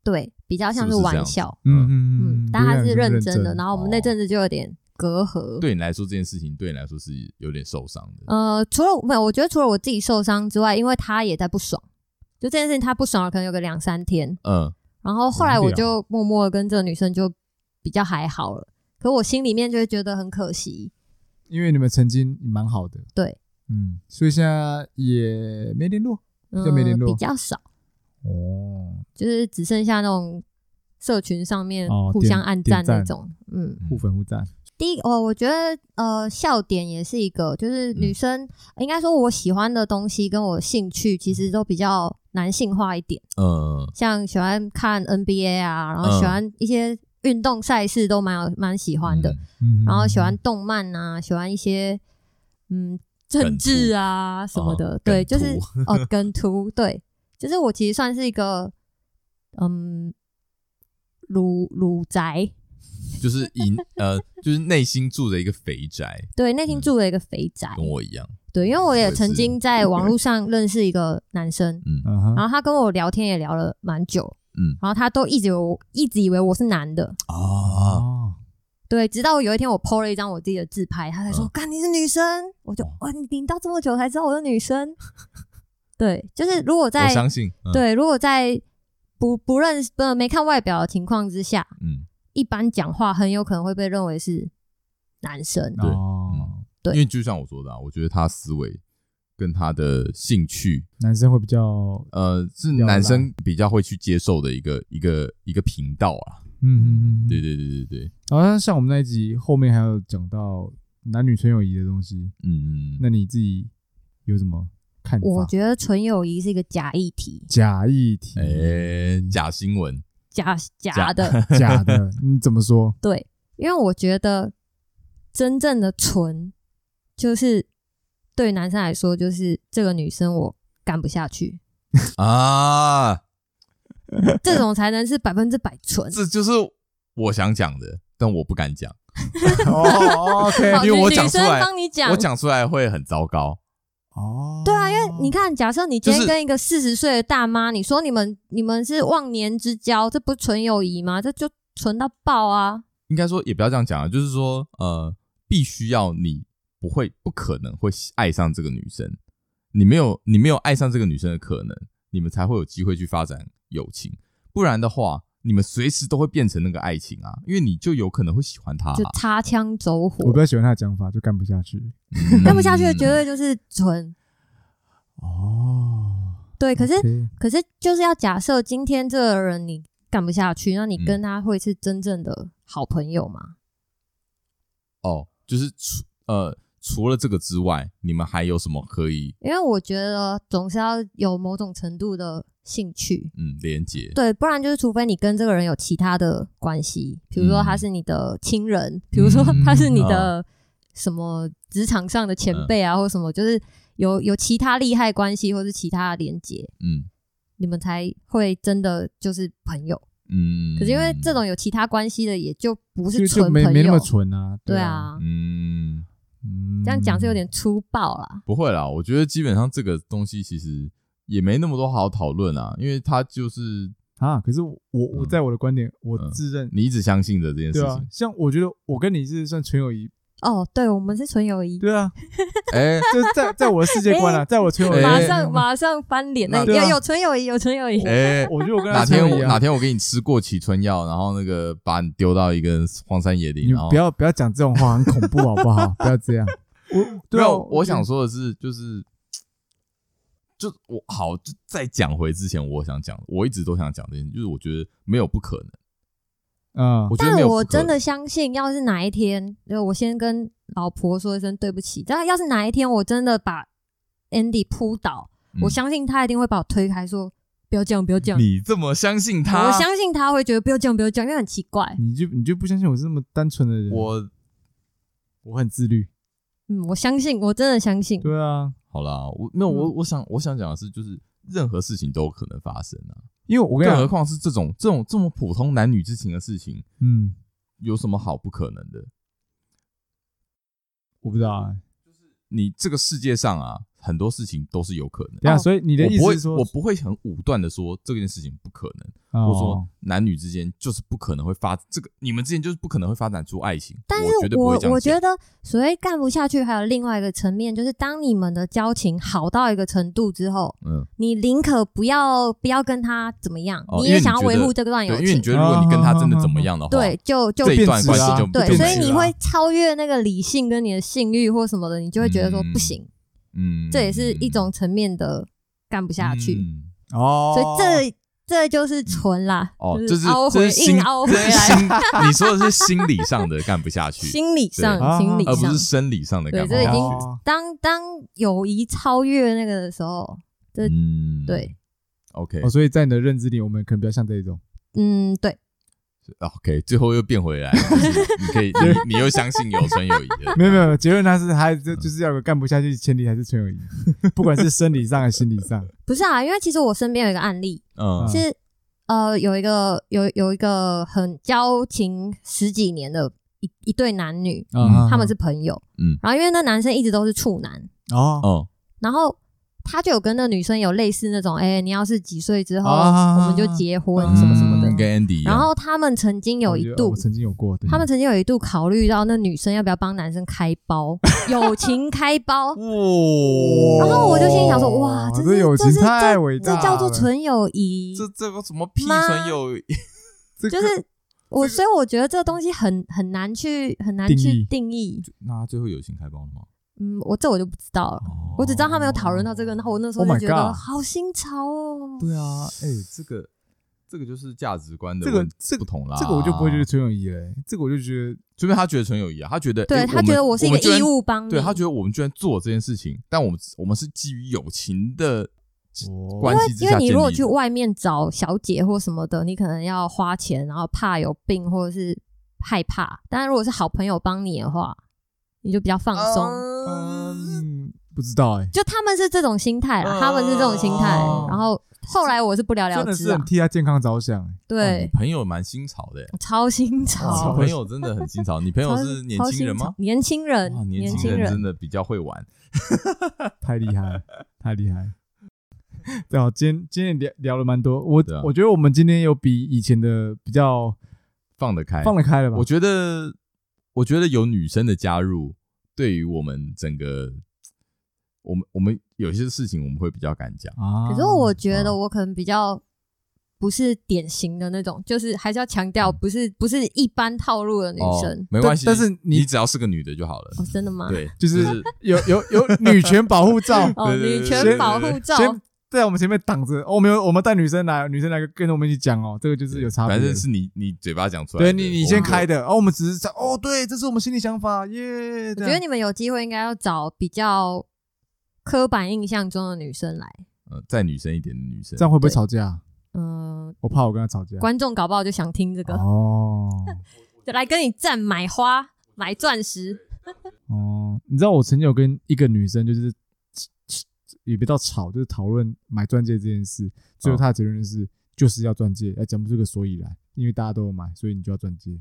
[SPEAKER 3] 对，比较像
[SPEAKER 2] 是不是这
[SPEAKER 3] 玩
[SPEAKER 2] 样子
[SPEAKER 3] 笑，
[SPEAKER 1] 嗯，嗯嗯
[SPEAKER 3] 嗯
[SPEAKER 1] 嗯，，
[SPEAKER 3] 但他
[SPEAKER 1] 对
[SPEAKER 3] 是认真的，
[SPEAKER 1] 认哦
[SPEAKER 3] 然后我
[SPEAKER 2] 哦
[SPEAKER 3] 们那阵子就有点隔阂，
[SPEAKER 2] 对你来说，这件事情对你来说是有点受伤的。
[SPEAKER 3] 呃，除了没有，我觉得除了我自己受伤之外，因为他也在不爽，就这件事情他不爽了，可能有个两三天，
[SPEAKER 2] 嗯，
[SPEAKER 3] 然后后来
[SPEAKER 1] 无
[SPEAKER 3] 我
[SPEAKER 1] 聊
[SPEAKER 3] 就默默地跟这个女生就比较还好了，可我心里面就会觉得很可惜。
[SPEAKER 1] 因为你们曾经蛮好的，
[SPEAKER 3] 对，
[SPEAKER 1] 嗯，所以现在也没联络
[SPEAKER 3] 嗯
[SPEAKER 1] 就没联，络
[SPEAKER 3] 比较少，
[SPEAKER 1] 哦，
[SPEAKER 3] 就是只剩下那种社群上面
[SPEAKER 1] 哦
[SPEAKER 3] 互
[SPEAKER 1] 点
[SPEAKER 3] 相暗
[SPEAKER 1] 点
[SPEAKER 3] 赞
[SPEAKER 1] 赞
[SPEAKER 3] 那种。嗯，
[SPEAKER 1] 互粉互赞，
[SPEAKER 3] 第一哦，我觉得呃，笑点也是一个，
[SPEAKER 1] 嗯
[SPEAKER 3] 就是女生、应该说我喜欢的东西跟我兴趣其实都比较男性化一点，
[SPEAKER 2] 嗯
[SPEAKER 3] 像喜欢看 NBA 啊，然后喜
[SPEAKER 2] 嗯
[SPEAKER 3] 欢一些运动赛事都蛮有蛮喜欢的。
[SPEAKER 2] 嗯
[SPEAKER 1] 嗯，
[SPEAKER 3] 然后喜欢动漫啊，喜欢一些嗯政治啊什么的，
[SPEAKER 2] 哦
[SPEAKER 3] 对，就
[SPEAKER 2] 梗
[SPEAKER 3] 是
[SPEAKER 2] 图
[SPEAKER 3] 哦梗图，对，就是我其实算是一个嗯鲁鲁宅，
[SPEAKER 2] 就是以呃，就是内心住着一个肥宅，
[SPEAKER 3] 对，内心
[SPEAKER 2] 嗯
[SPEAKER 3] 住了一个肥宅，
[SPEAKER 2] 跟我一样。
[SPEAKER 3] 对，因为我
[SPEAKER 2] 我
[SPEAKER 3] 也
[SPEAKER 2] 也
[SPEAKER 3] 曾
[SPEAKER 2] 是
[SPEAKER 3] 经在网络上认识一个男生，
[SPEAKER 2] 嗯
[SPEAKER 1] 嗯哼，
[SPEAKER 3] 然后他跟我聊天也聊了蛮久，
[SPEAKER 2] 嗯
[SPEAKER 3] 然后他都一直以为我一直以为我是男的，
[SPEAKER 2] 啊，
[SPEAKER 1] 哦，
[SPEAKER 3] 对，直到有一天我 PO 了一张我自己的自拍，他才说
[SPEAKER 2] 嗯：“
[SPEAKER 3] 干、你是女生。”我就
[SPEAKER 2] 哦
[SPEAKER 3] 哇，你你到这么久才知道我是女生。 对，就是如果
[SPEAKER 2] 我
[SPEAKER 3] 在
[SPEAKER 2] 相信。嗯，
[SPEAKER 3] 对如果在不不认识不没看外表的情况之下，
[SPEAKER 2] 嗯，
[SPEAKER 3] 一般讲话很有可能会被认为是男生。
[SPEAKER 2] 对
[SPEAKER 1] 哦，
[SPEAKER 3] 对
[SPEAKER 2] 因为就像我说的、啊，我觉得他思维跟他的兴趣，
[SPEAKER 1] 男生会比较，
[SPEAKER 2] 呃，是
[SPEAKER 1] 表达
[SPEAKER 2] 男生比较会去接受的一个一个一个频道啊。
[SPEAKER 1] 嗯嗯嗯，嗯
[SPEAKER 2] 对。对对对对，
[SPEAKER 1] 然后像我们那一集后面还有讲到男女纯友谊的东西，
[SPEAKER 2] 嗯嗯
[SPEAKER 1] 那你自己有什么看
[SPEAKER 3] 我
[SPEAKER 1] 法？
[SPEAKER 3] 觉得纯友谊是一个假议题，
[SPEAKER 1] 假议题
[SPEAKER 2] 嗯，哎、，假新闻，
[SPEAKER 3] 假假
[SPEAKER 2] 假
[SPEAKER 3] 的，
[SPEAKER 1] 假的，你怎么说？
[SPEAKER 3] 对，因为我觉得真正的纯，就是对于男生来说，就是这个女生我干不下去。
[SPEAKER 2] 啊，
[SPEAKER 3] 这种才能是百分之百 纯。
[SPEAKER 2] 这就是我想讲的，但我不敢讲，
[SPEAKER 1] 哦，OK，
[SPEAKER 3] 好，
[SPEAKER 2] 因为我
[SPEAKER 3] 女
[SPEAKER 2] 讲
[SPEAKER 3] 女
[SPEAKER 2] 出
[SPEAKER 3] 生
[SPEAKER 2] 来
[SPEAKER 3] 帮你讲
[SPEAKER 2] 我，讲出来会很糟糕。
[SPEAKER 1] 哦，
[SPEAKER 3] 对啊，因为你看，假设你今
[SPEAKER 2] 就
[SPEAKER 3] 天
[SPEAKER 2] 是
[SPEAKER 3] 跟一个四十岁的大妈，你说你们你们是忘年之交，这不是纯友谊吗？这就纯到爆啊！
[SPEAKER 2] 应该说也不要这样讲啊，就是说呃，必须要你不会不可能会爱上这个女生，你没有你没有爱上这个女生的可能，你们才会有机会去发展友情，不然的话，你们随时都会变成那个爱情啊，因为你就有可能会喜欢她、
[SPEAKER 3] 就
[SPEAKER 2] 啊，
[SPEAKER 3] 擦枪走火
[SPEAKER 1] 我 比，较喜欢他的讲法，就干不下去。
[SPEAKER 3] 干不下去的绝对就是
[SPEAKER 2] 嗯
[SPEAKER 3] 纯。
[SPEAKER 1] 哦，
[SPEAKER 3] 对，可是
[SPEAKER 1] OK
[SPEAKER 3] 可是就是要假设今天这个人你干不下去，那你跟他会是真正的好朋友吗？
[SPEAKER 2] 哦，就是除呃除了这个之外，你们还有什么可以
[SPEAKER 3] 因为我觉得总是要有某种程度的兴趣，
[SPEAKER 2] 嗯连接？
[SPEAKER 3] 对，不然就是除非你跟这个人有其他的关系，比如说他是你的亲人，比如说
[SPEAKER 1] 嗯
[SPEAKER 3] 他是你的什么职场上的前辈啊，或什么，就是有有其他利害关系或是其他的连接，
[SPEAKER 2] 嗯
[SPEAKER 3] 你们才会真的就是朋友。
[SPEAKER 2] 嗯，
[SPEAKER 3] 可是因为这种有其他关系的，也就不
[SPEAKER 1] 就是就
[SPEAKER 3] 纯
[SPEAKER 1] 没
[SPEAKER 3] 朋
[SPEAKER 1] 没
[SPEAKER 3] 友，
[SPEAKER 1] 那么纯啊。
[SPEAKER 3] 对
[SPEAKER 1] 啊，
[SPEAKER 3] 啊。
[SPEAKER 2] 嗯。
[SPEAKER 1] 嗯
[SPEAKER 3] 这样讲是有点粗暴啦，
[SPEAKER 2] 不会啦，我觉得基本上这个东西其实也没那么多好讨论啊，因为它就是
[SPEAKER 1] 啊。可是我我
[SPEAKER 2] 嗯
[SPEAKER 1] 在我的观点，我
[SPEAKER 2] 嗯
[SPEAKER 1] 自认
[SPEAKER 2] 你一直相信着这件事
[SPEAKER 1] 对啊
[SPEAKER 2] 情。，
[SPEAKER 1] 像我觉得我跟你是算纯友谊，
[SPEAKER 3] 哦，对，我们是纯友谊，
[SPEAKER 1] 对啊，
[SPEAKER 2] 哎、
[SPEAKER 1] 就是在在我的世界观啊，在我纯友谊，
[SPEAKER 3] 马
[SPEAKER 2] 哎
[SPEAKER 3] 上马上翻脸，
[SPEAKER 2] 那
[SPEAKER 3] 那
[SPEAKER 1] 对啊
[SPEAKER 3] 有有纯友谊，有纯友谊，
[SPEAKER 2] 哎、
[SPEAKER 1] 我觉得我跟他
[SPEAKER 2] 哪
[SPEAKER 1] 是
[SPEAKER 2] 天
[SPEAKER 1] 纯友
[SPEAKER 2] 我
[SPEAKER 1] 谊
[SPEAKER 2] 哪
[SPEAKER 1] 啊。
[SPEAKER 2] 天我给你吃过期春药，然后那个把你丢到一个荒山野林，
[SPEAKER 1] 你
[SPEAKER 2] 然后
[SPEAKER 1] 不要不要讲这种话，很恐怖好 不好？不要这样。我对
[SPEAKER 2] 没
[SPEAKER 1] 啊，
[SPEAKER 2] 有我想说的是，就是就我好，就再讲回之前，我想讲，我一直都想讲这件事，就是我觉得没有不可能，
[SPEAKER 1] 嗯
[SPEAKER 2] 我，觉得没
[SPEAKER 3] 但
[SPEAKER 2] 有
[SPEAKER 3] 我
[SPEAKER 2] 不可
[SPEAKER 3] 真
[SPEAKER 2] 能
[SPEAKER 3] 的相信，要是哪一天，就我先跟老婆说一声对不起。但要是哪一天我真的把 Andy 扑倒，
[SPEAKER 2] 嗯
[SPEAKER 3] 我相信他一定会把我推开，说不要这样，不要这样。
[SPEAKER 2] 你这么相信他，
[SPEAKER 3] 我相信他会觉得不要这样，不要这样，因为很奇怪。
[SPEAKER 1] 你就你就不相信我是那么单纯的人？
[SPEAKER 2] 我
[SPEAKER 1] 我很自律。
[SPEAKER 3] 嗯，我相信，我真的相信。
[SPEAKER 1] 对啊，
[SPEAKER 2] 好啦，我没有我
[SPEAKER 3] 嗯
[SPEAKER 2] 我想我想讲的是，就是任何事情都有可能发生啊。
[SPEAKER 1] 因为我跟你
[SPEAKER 2] 更何
[SPEAKER 1] 讲，
[SPEAKER 2] 况是这种这种这么普通男女之情的事情，
[SPEAKER 1] 嗯，
[SPEAKER 2] 有什么好不可能的？
[SPEAKER 1] 我不知道欸。
[SPEAKER 2] 你这个世界上啊，很多事情都是有可能。
[SPEAKER 1] 对啊，
[SPEAKER 3] 哦
[SPEAKER 1] 所以你的
[SPEAKER 2] 我不
[SPEAKER 1] 意思
[SPEAKER 2] 会
[SPEAKER 1] 是说，，
[SPEAKER 2] 我不会很武断的说这件事情不可能，
[SPEAKER 1] 哦
[SPEAKER 2] 或者说男女之间就是不可能会发这个，你们之间就是不可能会发展出爱情。
[SPEAKER 3] 但
[SPEAKER 2] 我绝
[SPEAKER 3] 是
[SPEAKER 2] 对不会
[SPEAKER 3] 我
[SPEAKER 2] 这样
[SPEAKER 3] 我觉
[SPEAKER 2] 讲
[SPEAKER 3] 得所谓干不下去，还有另外一个层面，就是当你们的交情好到一个程度之后，
[SPEAKER 2] 嗯，
[SPEAKER 3] 你宁可不要不要跟他怎么样，
[SPEAKER 2] 哦因
[SPEAKER 3] 你
[SPEAKER 2] 为
[SPEAKER 3] 也
[SPEAKER 2] 你
[SPEAKER 3] 想要
[SPEAKER 2] 觉
[SPEAKER 3] 维
[SPEAKER 2] 得
[SPEAKER 3] 护这段友
[SPEAKER 2] 对，
[SPEAKER 3] 情。
[SPEAKER 2] 因为你觉得如果你跟他真的怎么样的话，
[SPEAKER 3] 对，就就
[SPEAKER 2] 这一
[SPEAKER 1] 变
[SPEAKER 2] 段
[SPEAKER 1] 质
[SPEAKER 2] 关系
[SPEAKER 1] 啦
[SPEAKER 2] 就
[SPEAKER 3] 对，
[SPEAKER 2] 变
[SPEAKER 3] 所
[SPEAKER 2] 质
[SPEAKER 3] 以你
[SPEAKER 1] 了
[SPEAKER 3] 会超越那个理性跟你的性欲或什么的，你就会觉得说
[SPEAKER 2] 嗯
[SPEAKER 3] 不行，
[SPEAKER 2] 嗯，
[SPEAKER 3] 这也是一种层面的干不下去。
[SPEAKER 2] 嗯
[SPEAKER 1] 哦，
[SPEAKER 3] 所以这这就是纯啦，
[SPEAKER 2] 哦，
[SPEAKER 3] 就
[SPEAKER 2] 这
[SPEAKER 3] 是
[SPEAKER 2] 是
[SPEAKER 3] 凹
[SPEAKER 2] 这是
[SPEAKER 3] 回
[SPEAKER 2] 心，
[SPEAKER 3] 硬凹回
[SPEAKER 2] 这是
[SPEAKER 3] 来，
[SPEAKER 2] 心，你说的是心理上的干不下去，
[SPEAKER 3] 心理
[SPEAKER 1] 对
[SPEAKER 3] 上心理
[SPEAKER 2] 而啊不
[SPEAKER 3] 上
[SPEAKER 2] 是，生理上的
[SPEAKER 3] 对
[SPEAKER 2] 干不
[SPEAKER 3] 这已
[SPEAKER 2] 下
[SPEAKER 3] 经
[SPEAKER 2] 去。
[SPEAKER 1] 哦
[SPEAKER 3] 当当友谊超越那个的时候，对
[SPEAKER 2] 嗯，
[SPEAKER 3] 对
[SPEAKER 2] ，OK
[SPEAKER 1] 哦，所以在你的认知里，我们可能比较像这一种。
[SPEAKER 3] 嗯，对，
[SPEAKER 2] OK，最后又变回来， 就是你可以，你你又相信有纯友谊了，
[SPEAKER 1] 没有没有，结论他是还就
[SPEAKER 3] 嗯
[SPEAKER 1] 就是要有个干不下去，前提还是纯友谊，不管是生理上还是心理上。
[SPEAKER 3] 不是啊，因为其实我身边有一个案例，
[SPEAKER 2] 嗯，
[SPEAKER 3] 是呃有一个有有一个很交情十几年的一一对男女，
[SPEAKER 1] 啊
[SPEAKER 2] 嗯
[SPEAKER 3] 他们是朋友，
[SPEAKER 2] 嗯
[SPEAKER 3] 然后因为那男生一直都是处男，
[SPEAKER 1] 哦，
[SPEAKER 2] 哦，
[SPEAKER 3] 然后他就有跟那女生有类似那种，哎、你要是几岁之后、
[SPEAKER 1] 啊
[SPEAKER 3] 我们就结婚
[SPEAKER 1] 嗯
[SPEAKER 3] 什么什么的。
[SPEAKER 2] 嗯跟 Andy 一样
[SPEAKER 3] 然后他们曾经有一
[SPEAKER 1] 我觉得哦
[SPEAKER 3] 度
[SPEAKER 1] 我，曾经有过，对
[SPEAKER 3] 他们曾经有一度考虑到那女生要不要帮男生开包，友情开 包。
[SPEAKER 2] 哇
[SPEAKER 3] 然后我就心里想说，哇，
[SPEAKER 1] 哦
[SPEAKER 3] 这
[SPEAKER 1] 这
[SPEAKER 3] 是
[SPEAKER 1] 友
[SPEAKER 3] 这
[SPEAKER 1] 情
[SPEAKER 3] 是
[SPEAKER 1] 太
[SPEAKER 3] 这
[SPEAKER 1] 伟大
[SPEAKER 3] 这
[SPEAKER 1] 了，
[SPEAKER 3] 叫做纯友谊，
[SPEAKER 2] 这这个什么屁
[SPEAKER 3] 妈
[SPEAKER 2] 纯友谊？
[SPEAKER 1] 这
[SPEAKER 3] 就
[SPEAKER 1] 个
[SPEAKER 3] 是我，所以我觉得这个东西很很难去很难
[SPEAKER 1] 定义
[SPEAKER 3] 去定义。
[SPEAKER 2] 那他最后友情开包了吗？
[SPEAKER 3] 嗯，我这我就不知道了。
[SPEAKER 2] 哦
[SPEAKER 3] 我只知道他们有讨论到这个，然后我那时候
[SPEAKER 1] Oh
[SPEAKER 3] 就
[SPEAKER 1] my
[SPEAKER 3] 觉得
[SPEAKER 1] God
[SPEAKER 3] 好新潮哦。
[SPEAKER 2] 对啊，哎，这个这个就是价值观的
[SPEAKER 1] 这个
[SPEAKER 2] 问
[SPEAKER 1] 这个
[SPEAKER 2] 不同啦，
[SPEAKER 1] 这个我就不会觉得，纯友谊了欸，这个我就觉得
[SPEAKER 2] 除非他觉得纯友谊啊，他觉得
[SPEAKER 3] 对
[SPEAKER 2] 哎
[SPEAKER 3] 他觉得
[SPEAKER 2] 我
[SPEAKER 3] 我
[SPEAKER 2] 们
[SPEAKER 3] 是一
[SPEAKER 2] 们居
[SPEAKER 3] 个
[SPEAKER 2] 然
[SPEAKER 3] 义务帮你，
[SPEAKER 2] 对他觉得我们居然做这件事情，但我们我们是基于友情的
[SPEAKER 1] 哦
[SPEAKER 2] 关系之
[SPEAKER 3] 因
[SPEAKER 2] 下建
[SPEAKER 3] 为
[SPEAKER 2] 立的。
[SPEAKER 3] 你如果去外面找小姐或什么的，你可能要花钱，然后怕有病或者是害
[SPEAKER 2] 哦啊
[SPEAKER 3] 怕。但如果是好朋友帮你的话，你就比较放松。
[SPEAKER 1] 嗯，不知道哎、
[SPEAKER 3] 就他们是这种心态啦，
[SPEAKER 2] 哦
[SPEAKER 3] 他们是这种心态。
[SPEAKER 1] 哦
[SPEAKER 3] 然后后来我是不了
[SPEAKER 1] 真
[SPEAKER 3] 了
[SPEAKER 1] 的
[SPEAKER 3] 之
[SPEAKER 1] 是
[SPEAKER 3] 啊
[SPEAKER 1] 很，替他健康着想、
[SPEAKER 2] 哦
[SPEAKER 1] 欸。
[SPEAKER 2] 你
[SPEAKER 3] 对，
[SPEAKER 2] 朋友蛮新潮的耶，
[SPEAKER 3] 超新
[SPEAKER 1] 哦
[SPEAKER 2] 你
[SPEAKER 3] 潮，
[SPEAKER 2] 朋友真的很新潮。你朋友
[SPEAKER 3] 超
[SPEAKER 2] 是年
[SPEAKER 3] 超
[SPEAKER 2] 轻人
[SPEAKER 3] 新潮
[SPEAKER 2] 吗？
[SPEAKER 3] 年轻
[SPEAKER 2] 哇，
[SPEAKER 3] 人，
[SPEAKER 2] 年
[SPEAKER 3] 年
[SPEAKER 2] 轻
[SPEAKER 3] 轻
[SPEAKER 2] 人
[SPEAKER 3] 人
[SPEAKER 2] 真，的比较会玩。
[SPEAKER 1] 太厉害了， 太厉害了。对啊，今天今天聊聊了蛮多，我、
[SPEAKER 2] 对啊
[SPEAKER 1] 我觉得我们今天有比以前的比较
[SPEAKER 2] 放得开。
[SPEAKER 1] 放得开了吧？
[SPEAKER 2] 我觉得，我觉得有女生的加入，对于我们整个，我们我们有些事情我们会比较敢讲。
[SPEAKER 1] 啊，
[SPEAKER 3] 可是我觉得我可能比较不是典型的那种，就是还是要强调，不是不是一般套路的女
[SPEAKER 2] 哦
[SPEAKER 3] 生。、
[SPEAKER 2] 没关系，
[SPEAKER 1] 但但是你
[SPEAKER 2] 你只要是个女的就好了。
[SPEAKER 3] 哦，真的吗？，
[SPEAKER 2] 对，
[SPEAKER 1] 就是
[SPEAKER 2] 是
[SPEAKER 1] 有有有女权保护罩
[SPEAKER 3] 哦，
[SPEAKER 2] 对对对
[SPEAKER 3] 女
[SPEAKER 2] 对
[SPEAKER 3] 权
[SPEAKER 2] 对
[SPEAKER 3] 保
[SPEAKER 2] 对
[SPEAKER 3] 护罩，
[SPEAKER 1] 先在我们前面挡着，哦，我们有我们带女生来，女生来跟着我们一起讲哦，这个就是有差别
[SPEAKER 2] 反
[SPEAKER 1] 的。
[SPEAKER 2] 正是你你嘴巴讲出来
[SPEAKER 1] 对
[SPEAKER 2] 的。
[SPEAKER 1] 你，你
[SPEAKER 2] 我
[SPEAKER 1] 先
[SPEAKER 2] 们
[SPEAKER 1] 开的，哦，我们只是在哦，对，这是我们心里想法，耶。
[SPEAKER 3] 我
[SPEAKER 1] 这
[SPEAKER 3] 觉得
[SPEAKER 1] 样
[SPEAKER 3] 你们有机会应该要找比较刻板印象中的女生来。
[SPEAKER 2] 呃再女生一点的女生
[SPEAKER 1] 这，样会不会
[SPEAKER 3] 对
[SPEAKER 1] 吵架？
[SPEAKER 3] 嗯，
[SPEAKER 1] 我怕我跟他吵架。
[SPEAKER 3] 观众搞不好就想听这个，
[SPEAKER 1] 哦
[SPEAKER 3] 就来跟你站买花、买钻石。
[SPEAKER 1] 哦，你知道我曾经有跟一个女生就是也别到吵，就是讨论买钻戒这件事，最后
[SPEAKER 2] 哦
[SPEAKER 1] 她的结论就是就是要钻戒，哎，讲不出个所以来，因为大家都有买，所以你就要钻戒。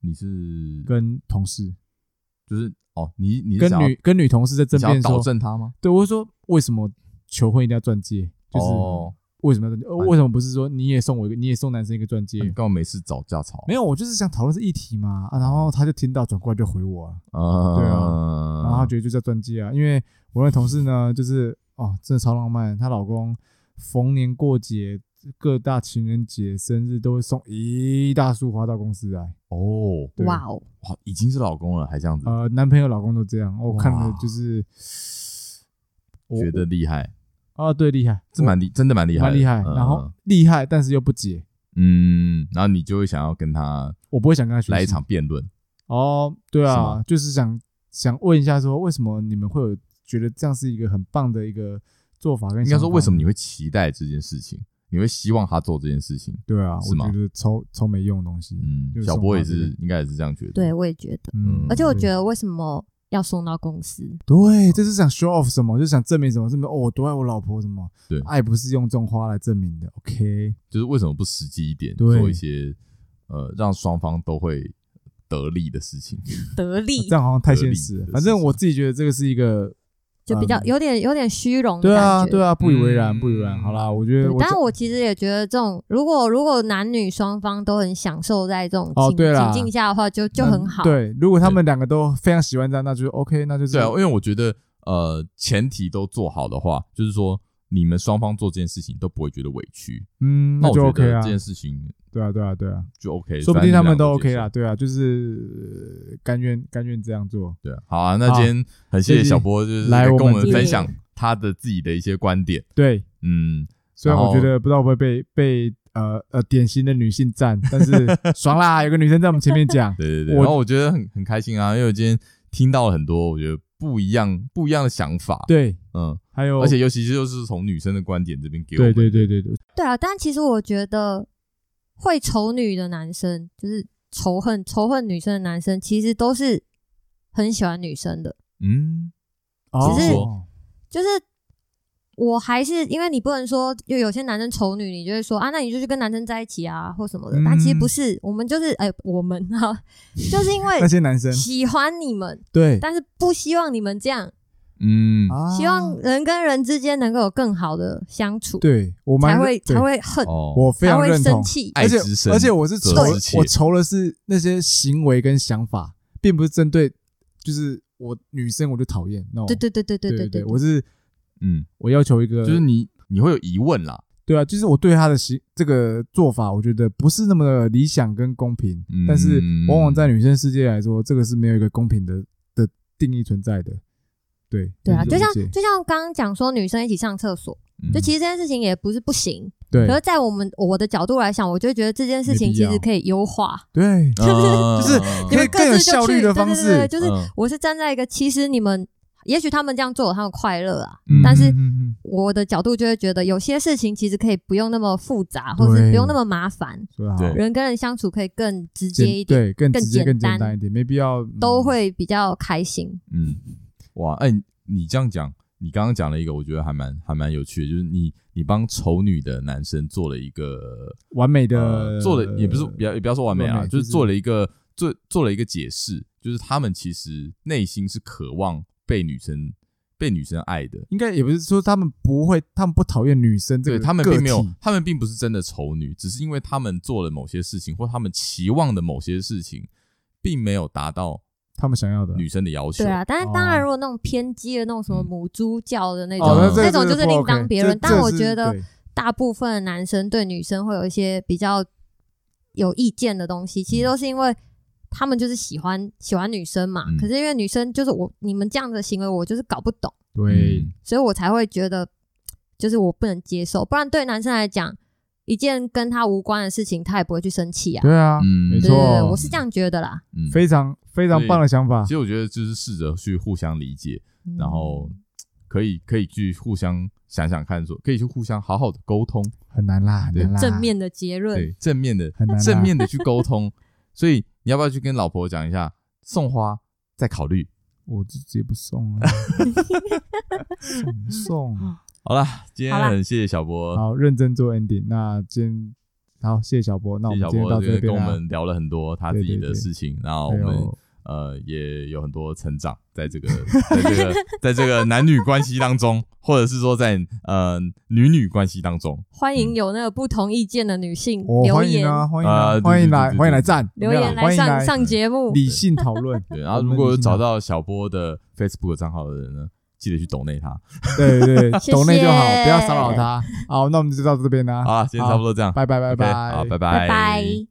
[SPEAKER 2] 你是
[SPEAKER 1] 跟同事，
[SPEAKER 2] 就是哦，你你是
[SPEAKER 1] 跟
[SPEAKER 2] 想要
[SPEAKER 1] 女跟女同事在
[SPEAKER 2] 你
[SPEAKER 1] 争
[SPEAKER 2] 想要
[SPEAKER 1] 辩
[SPEAKER 2] 导
[SPEAKER 1] 说，
[SPEAKER 2] 正她吗？
[SPEAKER 1] 对我就说为什么求婚一定要钻戒？就是
[SPEAKER 2] 哦，
[SPEAKER 1] 为什么要钻戒？呃
[SPEAKER 2] 反
[SPEAKER 1] 为什么不是说你也送我一个，你也送男生一个钻戒
[SPEAKER 2] 那？你干嘛每次找架吵？
[SPEAKER 1] 没有，我就是想讨论这议题嘛。啊、然
[SPEAKER 2] 哦
[SPEAKER 1] 后他就听到，转过来就回我啊，
[SPEAKER 2] 啊，
[SPEAKER 1] 对然后他觉得就叫钻戒啊。因为我那同事呢，就是哦，真的超浪漫，她老公逢年过节、各大情人节、生日都会送一大束花到公司来。
[SPEAKER 2] 哦，
[SPEAKER 1] 对
[SPEAKER 3] 哇哦，
[SPEAKER 2] 哇，已经是老公了，还这样子，
[SPEAKER 1] 呃，男朋友、老公都这样，我看了
[SPEAKER 2] 嗯哇
[SPEAKER 1] 就是我
[SPEAKER 2] 觉得厉害，
[SPEAKER 1] 啊，对，厉害，
[SPEAKER 2] 这蛮厉，真的蛮厉害的，
[SPEAKER 1] 蛮厉害，
[SPEAKER 2] 嗯
[SPEAKER 1] 然后厉害，但是又不解，
[SPEAKER 2] 嗯，然后你就会想要跟他
[SPEAKER 1] 我不会想跟他学习
[SPEAKER 2] 来一场辩论，
[SPEAKER 1] 哦，对
[SPEAKER 2] 是
[SPEAKER 1] 啊
[SPEAKER 2] 吗，
[SPEAKER 1] 就是想想问一下，说为什么你们会有觉得这样是一个很棒的一个做法跟
[SPEAKER 2] 应该说为什么
[SPEAKER 1] 你
[SPEAKER 2] 你会期待这件事情，你会希望他做这件事情，
[SPEAKER 1] 对啊，
[SPEAKER 2] 是
[SPEAKER 1] 我
[SPEAKER 2] 吗
[SPEAKER 1] 觉得超超没用的东西，
[SPEAKER 2] 嗯
[SPEAKER 1] 就，是
[SPEAKER 2] 小波也
[SPEAKER 1] 送花
[SPEAKER 2] 是应该也是这样觉得，
[SPEAKER 3] 对，我也觉得。
[SPEAKER 1] 嗯
[SPEAKER 2] 嗯，
[SPEAKER 3] 而且我觉得为什么要送到公司？
[SPEAKER 1] 对，这是想 show off 什么，就是想证明什么，什么哦，我多爱我老婆什么，
[SPEAKER 2] 对
[SPEAKER 1] 爱不是用这种花来证明的，OK，
[SPEAKER 2] 就是为什么不实际一点
[SPEAKER 1] 对
[SPEAKER 2] 做一些呃让双方都会得利的事情，
[SPEAKER 3] 得力
[SPEAKER 1] 这样好像太现实
[SPEAKER 2] 合理
[SPEAKER 1] 了
[SPEAKER 2] 的，
[SPEAKER 1] 反正我自己觉得这个是一个。
[SPEAKER 3] 就比较有点有点虚荣
[SPEAKER 1] 嗯
[SPEAKER 3] 的
[SPEAKER 1] 对啊，
[SPEAKER 3] 感觉。
[SPEAKER 1] 对啊，不以为然，
[SPEAKER 2] 嗯
[SPEAKER 1] 不以为然。好啦，我觉得
[SPEAKER 3] 对
[SPEAKER 1] 我
[SPEAKER 3] 嗯但我其实也觉得，这种如果如果男女双方都很享受在这种
[SPEAKER 1] 哦
[SPEAKER 3] 情
[SPEAKER 1] 对啦
[SPEAKER 3] 情境下的话，就就很
[SPEAKER 1] 嗯
[SPEAKER 3] 好。
[SPEAKER 1] 对，如果他们两个都非常喜欢这样，那就 OK，那就是
[SPEAKER 2] 对啊，因为我觉得呃前提都做好的话，就是说你们双方做这件事情都不会觉得委屈，
[SPEAKER 1] 嗯，
[SPEAKER 2] 那
[SPEAKER 1] 就
[SPEAKER 2] 我觉
[SPEAKER 1] OK
[SPEAKER 2] 得
[SPEAKER 1] 啊
[SPEAKER 2] 这，件事情
[SPEAKER 1] 对啊，对啊，对啊，
[SPEAKER 2] 就 OK，
[SPEAKER 1] 说不定他们都
[SPEAKER 2] 反正
[SPEAKER 1] OK
[SPEAKER 2] 你们
[SPEAKER 1] 啦，
[SPEAKER 2] 两个接受。
[SPEAKER 1] 对啊，就是呃甘愿甘愿这样做，
[SPEAKER 2] 对啊，好啊，那今天很谢谢小波，就是
[SPEAKER 1] 来
[SPEAKER 2] 跟
[SPEAKER 1] 我
[SPEAKER 2] 我
[SPEAKER 1] 们
[SPEAKER 2] 们
[SPEAKER 3] 这
[SPEAKER 2] 分
[SPEAKER 3] 里
[SPEAKER 2] 享他的自己的一些观点。
[SPEAKER 1] 对，
[SPEAKER 2] 嗯，
[SPEAKER 1] 虽然
[SPEAKER 2] 然
[SPEAKER 1] 我
[SPEAKER 2] 后
[SPEAKER 1] 觉得不知道会不会被被呃呃典型的女性占，但 是爽啦，有个女生在我们前面讲，
[SPEAKER 2] 对对对，
[SPEAKER 1] 我
[SPEAKER 2] 然后我觉得很很开心啊，因为我今天听到了很多我觉得不一样不一样的想法。，
[SPEAKER 1] 对，
[SPEAKER 2] 嗯，
[SPEAKER 1] 还有
[SPEAKER 2] 而且尤其是就是从女生的观点这边给我
[SPEAKER 1] 对
[SPEAKER 2] 们，
[SPEAKER 1] 对对对对，
[SPEAKER 3] 对啊，但其实我觉得会仇女的男生，就是仇恨仇恨女生的男生，其实都是很喜欢女生的。
[SPEAKER 2] 嗯，
[SPEAKER 3] 只
[SPEAKER 2] 是
[SPEAKER 1] 哦
[SPEAKER 3] 就是我还是因为你不能说，就有些男生仇女，你就会说啊，那你就去跟男生在一起啊，或什么的。但其实不是，我们就是哎、我们啊， 就是因为
[SPEAKER 1] 嗯 那些男生
[SPEAKER 3] 喜欢你们，
[SPEAKER 1] 对，
[SPEAKER 3] 但是不希望你们这样，
[SPEAKER 2] 嗯，
[SPEAKER 1] 啊
[SPEAKER 3] 希望人跟人之间能够有更好的相处，
[SPEAKER 1] 对我蛮
[SPEAKER 3] 才会
[SPEAKER 1] 对
[SPEAKER 3] 才会恨，
[SPEAKER 2] 哦，
[SPEAKER 1] 我非
[SPEAKER 3] 才
[SPEAKER 1] 常
[SPEAKER 3] 会
[SPEAKER 1] 认
[SPEAKER 3] 生
[SPEAKER 1] 同，哦
[SPEAKER 3] 气。
[SPEAKER 2] 爱
[SPEAKER 1] 而且
[SPEAKER 2] 之深
[SPEAKER 1] 而且我是愁
[SPEAKER 2] 责之切
[SPEAKER 1] 我愁的是那些行为跟想法，并不是针对就是我女生我就讨厌，no，
[SPEAKER 3] 对对对对对
[SPEAKER 1] 对
[SPEAKER 3] 对对，
[SPEAKER 1] 我是
[SPEAKER 2] 嗯，
[SPEAKER 1] 我要求一个，
[SPEAKER 2] 就是你你会有疑问啦，
[SPEAKER 1] 对啊，就是我对她的行这个做法，我觉得不是那么的理想跟公平，
[SPEAKER 2] 嗯
[SPEAKER 1] 但是往往在女生世界来说，这个是没有一个公平的的定义存在的，对
[SPEAKER 3] 对啊，就像
[SPEAKER 1] 理解
[SPEAKER 3] 就像刚刚讲说女生一起上厕所，
[SPEAKER 2] 嗯
[SPEAKER 3] 就其实这件事情也不是不行，
[SPEAKER 1] 对
[SPEAKER 3] 可是在我们我的角度来想，我就会觉得这件事情
[SPEAKER 1] 没必
[SPEAKER 3] 其
[SPEAKER 1] 要
[SPEAKER 3] 实可以优化，
[SPEAKER 1] 对
[SPEAKER 2] 嗯
[SPEAKER 1] 就是
[SPEAKER 2] 嗯
[SPEAKER 1] 可以
[SPEAKER 3] 你们各
[SPEAKER 1] 更有
[SPEAKER 3] 自就
[SPEAKER 1] 效率
[SPEAKER 3] 去
[SPEAKER 1] 的
[SPEAKER 3] 对
[SPEAKER 1] 方
[SPEAKER 3] 对
[SPEAKER 1] 式
[SPEAKER 3] 对对就是
[SPEAKER 2] 嗯
[SPEAKER 3] 我是站在一个其实你们也许他们这样做有他们快乐啊，
[SPEAKER 1] 嗯
[SPEAKER 3] 但是
[SPEAKER 1] 嗯嗯嗯
[SPEAKER 3] 我的角度就会觉得有些事情其实可以不用那么复杂，或者是
[SPEAKER 1] 对
[SPEAKER 3] 不用那么麻烦，
[SPEAKER 1] 对啊
[SPEAKER 2] 对
[SPEAKER 3] 人跟人相处可以更直接一
[SPEAKER 1] 简
[SPEAKER 3] 点，
[SPEAKER 1] 对更
[SPEAKER 3] 更
[SPEAKER 1] 直接
[SPEAKER 3] 简
[SPEAKER 1] 更简
[SPEAKER 3] 单
[SPEAKER 1] 单一点，没必要
[SPEAKER 3] 都
[SPEAKER 1] 嗯
[SPEAKER 3] 会比较开心。
[SPEAKER 2] 嗯，哇，哎、你这样讲，你刚刚讲了一个，我觉得还蛮还蛮有趣的，就是你你帮丑女的男生做了一个
[SPEAKER 1] 完美的
[SPEAKER 2] 呃，做了也不是不要也不要说完美
[SPEAKER 1] 完
[SPEAKER 2] 啊，
[SPEAKER 1] 美
[SPEAKER 2] 就
[SPEAKER 1] 就是是
[SPEAKER 2] 做了一个做做了一个解释，就是他们其实内心是渴望被女生被女生爱的，
[SPEAKER 1] 应该也不是说他们不会，他们不讨厌女生这个
[SPEAKER 2] 对他们
[SPEAKER 1] 个
[SPEAKER 2] 并没有
[SPEAKER 1] 体，
[SPEAKER 2] 他们并不是真的丑女，只是因为他们做了某些事情，或他们期望的某些事情，并没有达到
[SPEAKER 1] 他们想要的
[SPEAKER 2] 女生的要求。
[SPEAKER 3] 对啊，但是当
[SPEAKER 1] 哦嗯
[SPEAKER 3] 然，如果那种偏激的那种什么母猪教的那种，
[SPEAKER 1] 哦，那这个
[SPEAKER 3] 那种
[SPEAKER 1] 真
[SPEAKER 3] 就
[SPEAKER 1] 的
[SPEAKER 3] 是
[SPEAKER 1] 不
[SPEAKER 3] 另
[SPEAKER 1] OK，
[SPEAKER 3] 当别
[SPEAKER 1] 这
[SPEAKER 3] 论。但
[SPEAKER 1] 这
[SPEAKER 3] 我
[SPEAKER 1] 是
[SPEAKER 3] 觉得
[SPEAKER 1] 对
[SPEAKER 3] 大部分的男生对女生会有一些比较有意见的东西，其
[SPEAKER 1] 嗯
[SPEAKER 3] 实都是因为他们就是喜欢喜欢女生嘛。
[SPEAKER 2] 嗯
[SPEAKER 3] 可是因为女生就是我你们这样的行为，我就是搞不懂，
[SPEAKER 2] 嗯
[SPEAKER 1] 对，
[SPEAKER 3] 所以我才会觉得就是我不能接受。不然对男生来讲，一件跟他无关的事情，他也不会去生气啊。
[SPEAKER 1] 对啊，
[SPEAKER 2] 嗯，
[SPEAKER 1] 没
[SPEAKER 3] 对
[SPEAKER 1] 错
[SPEAKER 3] 对对，我是这样觉得啦。
[SPEAKER 2] 嗯，
[SPEAKER 1] 非常非常
[SPEAKER 2] 所以
[SPEAKER 1] 棒的想法
[SPEAKER 2] 其，实我觉得就是试着去互相理解，
[SPEAKER 3] 嗯
[SPEAKER 2] 然后可以可以去互相想想看说可以去互相好好的沟通，
[SPEAKER 1] 很难啦，很难啦，
[SPEAKER 3] 正面的结论，
[SPEAKER 2] 对，正面的
[SPEAKER 1] 很难啦啊
[SPEAKER 2] 正面的去沟通。所以你要不要去跟老婆讲一下送花再考虑？
[SPEAKER 1] 我就直接不送 啊，送
[SPEAKER 3] 哦啊
[SPEAKER 1] 送，
[SPEAKER 2] 好啦，今
[SPEAKER 3] 好啦
[SPEAKER 2] 天很谢谢小波，
[SPEAKER 1] 好，认真做 ending。那今天好，谢谢小波，那我
[SPEAKER 2] 谢谢
[SPEAKER 1] 们
[SPEAKER 2] 小
[SPEAKER 1] 今天到
[SPEAKER 2] 波
[SPEAKER 1] 这
[SPEAKER 2] 跟
[SPEAKER 1] 边
[SPEAKER 2] 我
[SPEAKER 1] 啦。哎
[SPEAKER 2] 们聊了很多他自己
[SPEAKER 1] 对对
[SPEAKER 2] 的
[SPEAKER 1] 对
[SPEAKER 2] 事情，然后我
[SPEAKER 1] 还
[SPEAKER 2] 们
[SPEAKER 1] 有
[SPEAKER 2] 呃也有很多成长，在这个 在这个在这个男女关系当中，或者是说在呃女女关系当中，
[SPEAKER 3] 欢迎有那个不同意见的女性
[SPEAKER 1] 我
[SPEAKER 3] 留
[SPEAKER 1] 欢迎
[SPEAKER 3] 言
[SPEAKER 1] 啊，欢迎啊
[SPEAKER 2] 呃对
[SPEAKER 1] 欢迎来
[SPEAKER 2] 对对对
[SPEAKER 1] 欢迎来赞，
[SPEAKER 3] 留
[SPEAKER 1] 没有
[SPEAKER 3] 言
[SPEAKER 1] 啦欢迎
[SPEAKER 3] 上
[SPEAKER 1] 来
[SPEAKER 3] 上节目。
[SPEAKER 1] 理性讨 论。
[SPEAKER 2] 对，然后
[SPEAKER 1] 我们
[SPEAKER 2] 如果有
[SPEAKER 1] 理性
[SPEAKER 2] 找
[SPEAKER 1] 讨
[SPEAKER 2] 到小波的 Facebook 账号的人呢，记得去抖内他。
[SPEAKER 1] 对对对，
[SPEAKER 3] 谢
[SPEAKER 1] 懂内就好，
[SPEAKER 3] 谢
[SPEAKER 1] 不要骚扰他。好，那我们就到这边啦。
[SPEAKER 2] 好啦，今天差不多这样，
[SPEAKER 1] 拜拜拜
[SPEAKER 2] OK，
[SPEAKER 1] 拜，
[SPEAKER 2] 好，拜
[SPEAKER 3] 拜拜。